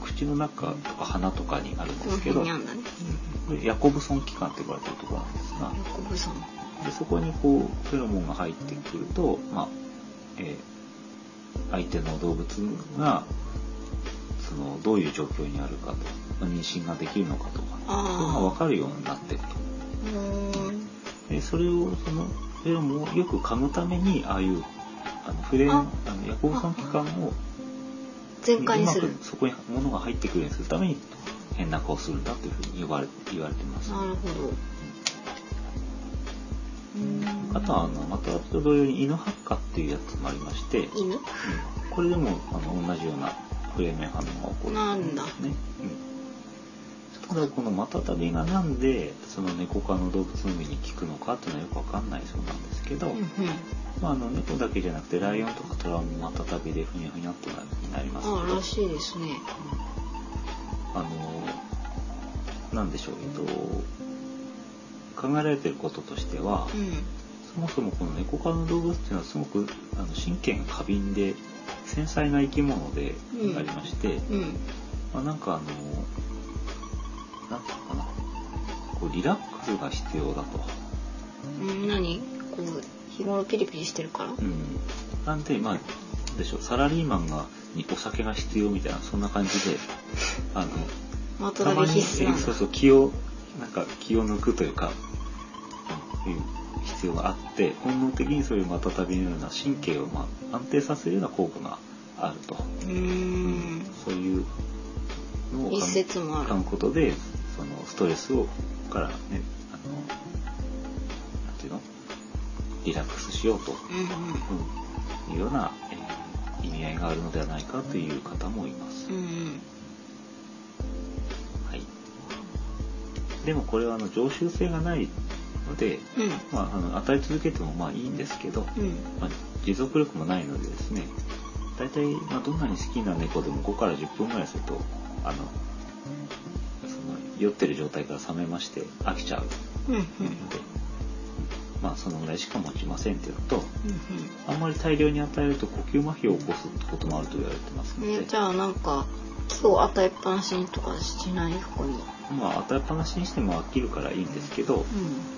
Speaker 1: 口の中とか鼻とかにあるん
Speaker 2: こ
Speaker 1: で
Speaker 2: の
Speaker 1: すけ
Speaker 2: 辺
Speaker 1: ど、
Speaker 2: にあんだね
Speaker 1: これヤコブソン器官って呼ばれてるところなんですが
Speaker 2: ヤコブさん
Speaker 1: でそこにこうフェロモンが入ってくると、まあえー相手の動物がそのどういう状況にあるかと、まあ妊娠ができるのかとか
Speaker 2: あー
Speaker 1: そういうのが分かるようになっていくと。
Speaker 2: うーん
Speaker 1: でそれをそのフェロモンをよく噛むためにああいうあのフレーム
Speaker 2: あ
Speaker 1: あのヤコブソン器官を
Speaker 2: 全開にす
Speaker 1: う
Speaker 2: る
Speaker 1: まくそこに物が入ってくるようにするために変な顔をするんだというふうに言われ言われてます。
Speaker 2: なるほどうーん
Speaker 1: あとはあのまた私と同様に犬ハッカっていうやつもありまして、うん
Speaker 2: 犬
Speaker 1: これでもあの同じようなフレーム反応が起こるん
Speaker 2: なんだ
Speaker 1: ですね。うん、ただこのマタタビがなんでその猫科の動物のみに効くのかっていうのはよくわかんないそうなんですけど、
Speaker 2: うんうん
Speaker 1: まあ、あの猫だけじゃなくてライオンとかトラもマタタビでふにゃふにゃっとななります
Speaker 2: あ
Speaker 1: けど
Speaker 2: らしいですね
Speaker 1: あのなんでしょうえっと考えられてることとしては、
Speaker 2: う
Speaker 1: そもそもこの猫科の動物っていうのはすごくあの神経が過敏で繊細な生き物でありまして、
Speaker 2: んうん
Speaker 1: まあ、なんかあのなんていうのかなこうリラックスが必要だと。
Speaker 2: うん何こう日頃ピリピリしてるから
Speaker 1: うん、なんでまあなんでしょうサラリーマンがにお酒が必要みたいなそんな感じであの
Speaker 2: まただけ必須なんだ
Speaker 1: そうそう気をなんか気を抜くというか、うん、いう必要があって本能的にそういうまたたびのような神経を、まあ、安定させるような効果があると、
Speaker 2: うーん
Speaker 1: そういうのを
Speaker 2: 一説もある
Speaker 1: 噛むことでそのストレスをからねあのなんていうのリラックスしようと。
Speaker 2: うん
Speaker 1: うんいうような、えー意味合いがあるのではないかという方もいます
Speaker 2: うんう。ん
Speaker 1: はい、でもこれはあの常習性がないので、
Speaker 2: うん
Speaker 1: まあ、あの与え続けてもまあいいんですけど、
Speaker 2: うん
Speaker 1: まあ、持続力もないのでですね大体、まあ、どんなに好きな猫でも5から10分ぐらいするとあのその酔ってる状態から冷めまして飽きちゃう
Speaker 2: うんうん
Speaker 1: ので、ままあそのぐらいしか持ちませんっていうのと、
Speaker 2: うん
Speaker 1: あんまり大量に与えると呼吸麻痺を起こすこともあると言われてます
Speaker 2: う
Speaker 1: の
Speaker 2: ん
Speaker 1: で、
Speaker 2: ねじゃあなんか木を与えっぱなしにとかしない方がいい
Speaker 1: まあ与えっぱなしにしても飽きるからいいんですけど、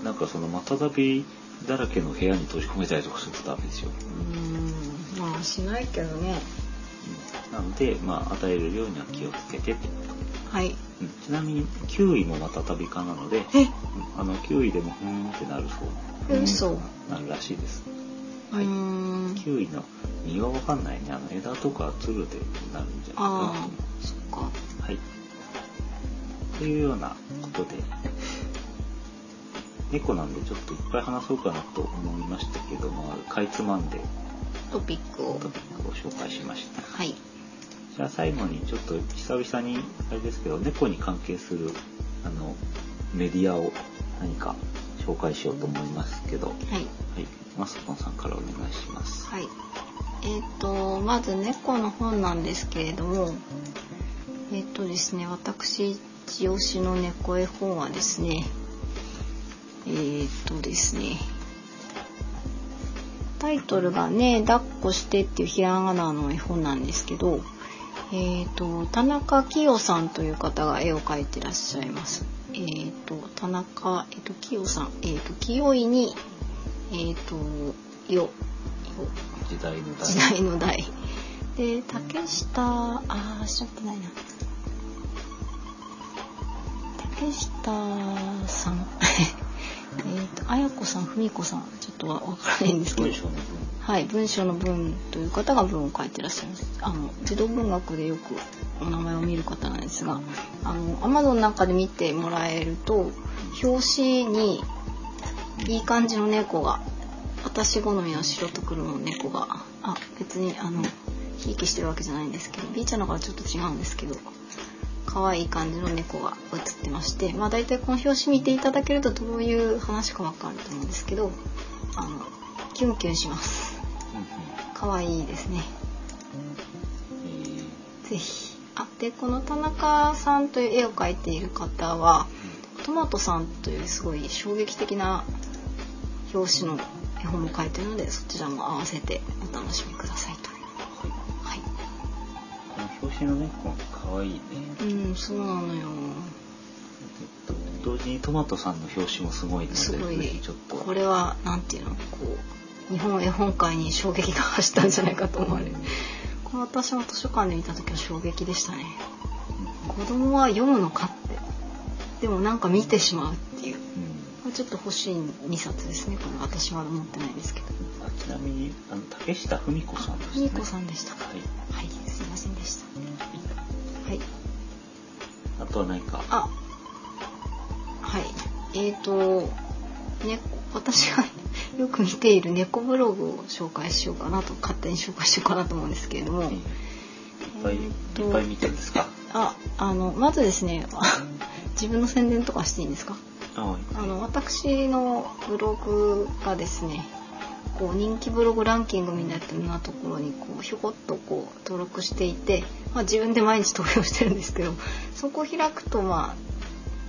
Speaker 2: う
Speaker 1: なんかそのまたたびだらけの部屋に閉じ込めたりとかするとダメですよ。
Speaker 2: んうんまあしないけどね
Speaker 1: うんなので、まあ、与える量には気をつけてと、
Speaker 2: はい
Speaker 1: うんちなみにキウイもまたたび科なので、
Speaker 2: え
Speaker 1: うんあのキウイでもふーんってなるそう
Speaker 2: え嘘
Speaker 1: なるらしいです。
Speaker 2: う
Speaker 1: はい
Speaker 2: ーん
Speaker 1: キウイの実はわかんないね、あの枝とかつるでなるんじゃないかなと
Speaker 2: あ
Speaker 1: 思います。
Speaker 2: あそっか
Speaker 1: はい。というようなことで、猫なんでちょっといっぱい話そうかなと思いましたけど、まあ、かいつまんで
Speaker 2: トピック
Speaker 1: ト
Speaker 2: を
Speaker 1: ピックを紹介しました。
Speaker 2: はい
Speaker 1: じゃあ最後にちょっと久々に、あれですけど、猫に関係する、あの、メディアを何か紹介しようと思いますけど、は
Speaker 2: はい
Speaker 1: い。マスコンさんからお願いします。
Speaker 2: はい。えっ、とまず猫の本なんですけれども、えっ、とですね、私一押しの猫絵本はですね、えっ、とですね、タイトルがね抱っこしてっていうひらがなの絵本なんですけど、えっ、と田中清さんという方が絵を描いてらっしゃいます。えっ、と田中えっ、と清さんえっ、と清いにえっ、とよよ
Speaker 1: 時代の
Speaker 2: 時代の代で竹下ああしちゃってないな竹下さん えっと綾子さん文子さんちょっとわからないんですけど
Speaker 1: 文章の文
Speaker 2: はい、文章の文という方が文を書いてらっしゃいます。あの児童文学でよくお名前を見る方なんですが、あの Amazon なんかで見てもらえると表紙にいい感じの猫が私好みの白と黒の猫があ別にあのひいきしてるわけじゃないんですけど B ちゃんのからちょっと違うんですけど可愛い感じの猫が写ってましてまあ大体この表紙見ていただけるとどういう話かわかると思うんですけどあのキュンキュンします
Speaker 1: うんうん
Speaker 2: 可愛いですね
Speaker 1: えー
Speaker 2: ぜひあでこの田中さんという絵を描いている方はトマトさんというすごい衝撃的な表紙の絵本も描いてるのでそちらも合わせてお楽しみくださいという
Speaker 1: はい
Speaker 2: はい
Speaker 1: この表紙の猫かわいいね、
Speaker 2: うんそうなのよ
Speaker 1: 同時にトマトさんの表紙もすごいの
Speaker 2: すご
Speaker 1: でぜ
Speaker 2: い
Speaker 1: ひちょっと
Speaker 2: これはなんていうのこう日本絵本界に衝撃が走ったんじゃないかと思われるこれ私も図書館で見た時は衝撃でしたね子供は読むのかってでもなんか見てしまうっていう
Speaker 1: うん
Speaker 2: これちょっと欲しい2冊ですねこれ私は持ってないですけど
Speaker 1: あちなみにあの竹下文子さんです
Speaker 2: み
Speaker 1: ね
Speaker 2: いこさんでしたか
Speaker 1: はい
Speaker 2: はいすいませんでしたはい
Speaker 1: あとは何か
Speaker 2: あはいえーとね私が よく見ている猫ブログを紹介しようかなと勝手に紹介しようかなと思うんですけれども、
Speaker 1: うんいっぱい、
Speaker 2: えーと
Speaker 1: いっぱい見てるんですか
Speaker 2: ああのまずですね 自分の宣伝とかしていいんですか
Speaker 1: あ
Speaker 2: あの私のブログがですねこう人気ブログランキングみたいなところにこうひょこっとこう登録していて、まあ、自分で毎日投票してるんですけどそこを開くとま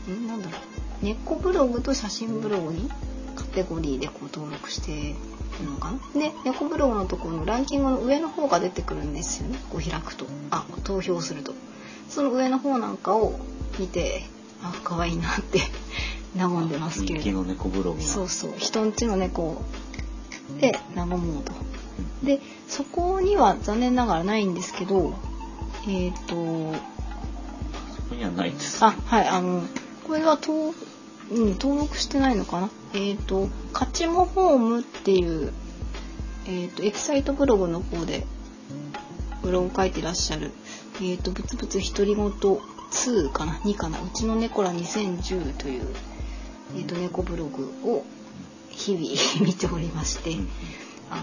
Speaker 2: あんなんだろう猫ブログと写真ブログにカテゴリーでこう登録してるのかなで猫ブログのところのランキングの上の方が出てくるんですよねこう開くとあ投票するとその上の方なんかを見てあ可愛いなって 和んでますけ
Speaker 1: 人
Speaker 2: れ
Speaker 1: 気
Speaker 2: ど
Speaker 1: の猫ブログが
Speaker 2: そうそう人んちの猫で和もうとでそこには残念ながらないんですけどえっ、と
Speaker 1: そこにはないです
Speaker 2: あはいあのこれは登,、うん、登録してないのかなえっ、と「勝ちもホーム」っていう、えー、とエキサイトブログの方でブログ書いてらっしゃる「えっ、とぶつぶつ独り言2」かな2かな「うちの猫ら2010」という、えー、と猫ブログを日々 見ておりまして。
Speaker 1: うん
Speaker 2: あの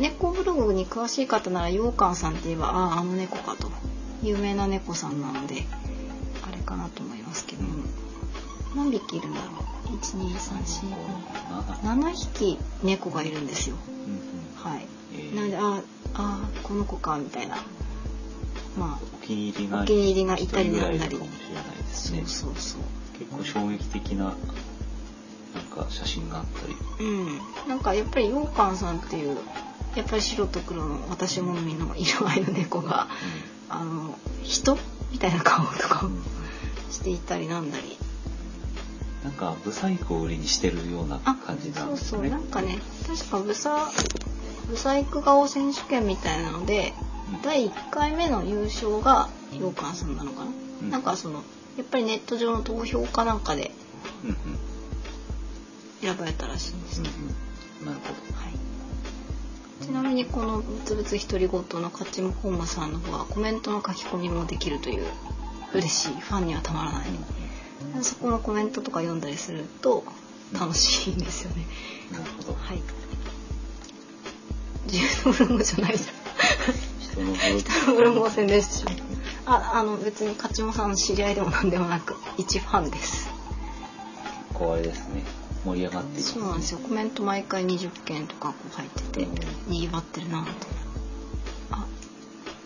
Speaker 2: 猫ブログに詳しい方なら羊羹さんっていえばあああの猫かと有名な猫さんなのであれかなと思いますけども、何匹いるんだろう
Speaker 1: 7
Speaker 2: 1234567匹猫がいるんですよ
Speaker 1: うんうん
Speaker 2: はい、
Speaker 1: えー
Speaker 2: なのであーあーこの子かみたいなまあ
Speaker 1: お気に入りが
Speaker 2: お気に入りがいたり
Speaker 1: 一人ぐら
Speaker 2: なんだり
Speaker 1: いいるかもしれないです
Speaker 2: そ
Speaker 1: ね
Speaker 2: うそうそう
Speaker 1: 結構衝撃的ななんかか写真があったり
Speaker 2: うん、なんかやっぱり羊羹さんっていうやっぱり白と黒の私好みの色合いの猫があの人みたいな顔とか
Speaker 1: う
Speaker 2: を
Speaker 1: ん、うん
Speaker 2: していたりなんだり
Speaker 1: なんかブサイクを売りにしてるような
Speaker 2: あ
Speaker 1: 感じな
Speaker 2: そ
Speaker 1: ん
Speaker 2: う
Speaker 1: です
Speaker 2: そう
Speaker 1: ね
Speaker 2: なんかね確かブサブサイク顔選手権みたいなので
Speaker 1: うん
Speaker 2: 第1回目の優勝が羊羹さんなのかな、
Speaker 1: うん
Speaker 2: なんかそのやっぱりネット上の投票かなんかで
Speaker 1: うんうん
Speaker 2: 選ばれたらしいんです
Speaker 1: うん
Speaker 2: けど、
Speaker 1: うんなるほど
Speaker 2: はい、ちなみにこの「ぶつぶつ独り言」の勝ちも本間さんの方はコメントの書き込みもできるという嬉しいファンにはたまらない、そこのコメントとか読んだりすると楽しいんですよね、
Speaker 1: なるほど
Speaker 2: はい自分のブログじゃないじゃ
Speaker 1: 人のブ ログ
Speaker 2: んブログを宣伝してしまうああの別に勝ちもさんの知り合いでも何でもなく一ファンです
Speaker 1: こうあれですね盛り上がっていきます
Speaker 2: そうなんですよコメント毎回20件とかこう入ってて
Speaker 1: うん
Speaker 2: にぎわってるなとあ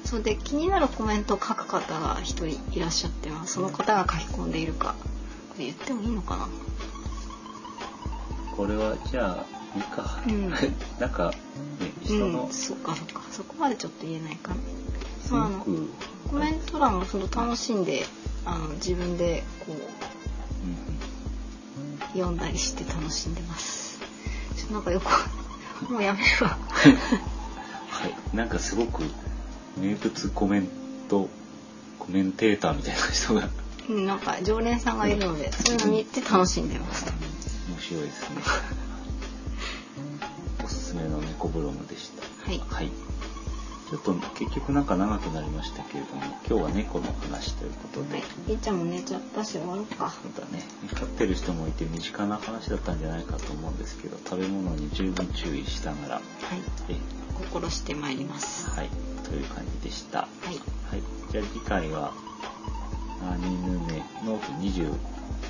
Speaker 2: そうで気になるコメントを書く方が一人いらっしゃってますその方が書き込んでいるかこれ言ってもいいのかな
Speaker 1: これはじゃあいいか、
Speaker 2: うん
Speaker 1: なんか、ね、人
Speaker 2: う
Speaker 1: の
Speaker 2: ん、そっかそっかそこまでちょっと言えないかな
Speaker 1: す
Speaker 2: ま
Speaker 1: ご
Speaker 2: ああの
Speaker 1: く、
Speaker 2: コメント欄をその楽しんであの自分でこう
Speaker 1: うん
Speaker 2: 読んだりして楽しんでますちょっとなんかよく もうやめる わ
Speaker 1: はい、なんかすごく名物コメントコメンテーターみたいな人が面
Speaker 2: うんなんか常連さんがいるのでそういうの見て楽しんでますと
Speaker 1: 白いですね おすすめの猫ブログでした
Speaker 2: はい
Speaker 1: はいちょっと結局なんか長くなりましたけれども今日は猫の話ということで、
Speaker 2: はい、りっちゃんも寝ちゃったし終わろうか。
Speaker 1: そうだね飼ってる人もいて身近な話だったんじゃないかと思うんですけど食べ物に十分注意しながら
Speaker 2: はい、
Speaker 1: え
Speaker 2: 心してまいります。
Speaker 1: はいという感じでした
Speaker 2: はい、
Speaker 1: はい、じゃあ次回はアニヌメノート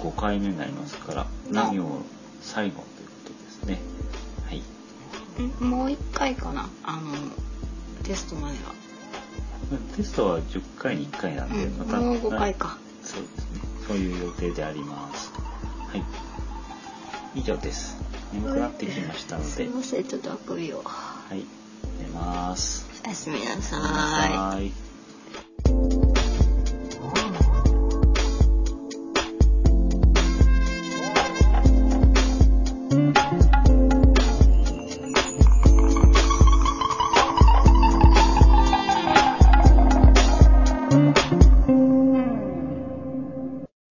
Speaker 1: 25回目になりますから何を最後ということですねはい
Speaker 2: んもう一回かな、あの、テストまでは。
Speaker 1: テストは10回に1回なんで、
Speaker 2: うん
Speaker 1: また
Speaker 2: もう五回か
Speaker 1: そうですねそういう予定でありますはい以上です眠くなってきましたの
Speaker 2: すい
Speaker 1: で
Speaker 2: ません、ちょっとあくびを。
Speaker 1: はい寝ます
Speaker 2: おやすみなさ
Speaker 1: 寝
Speaker 2: ーい。
Speaker 1: なさい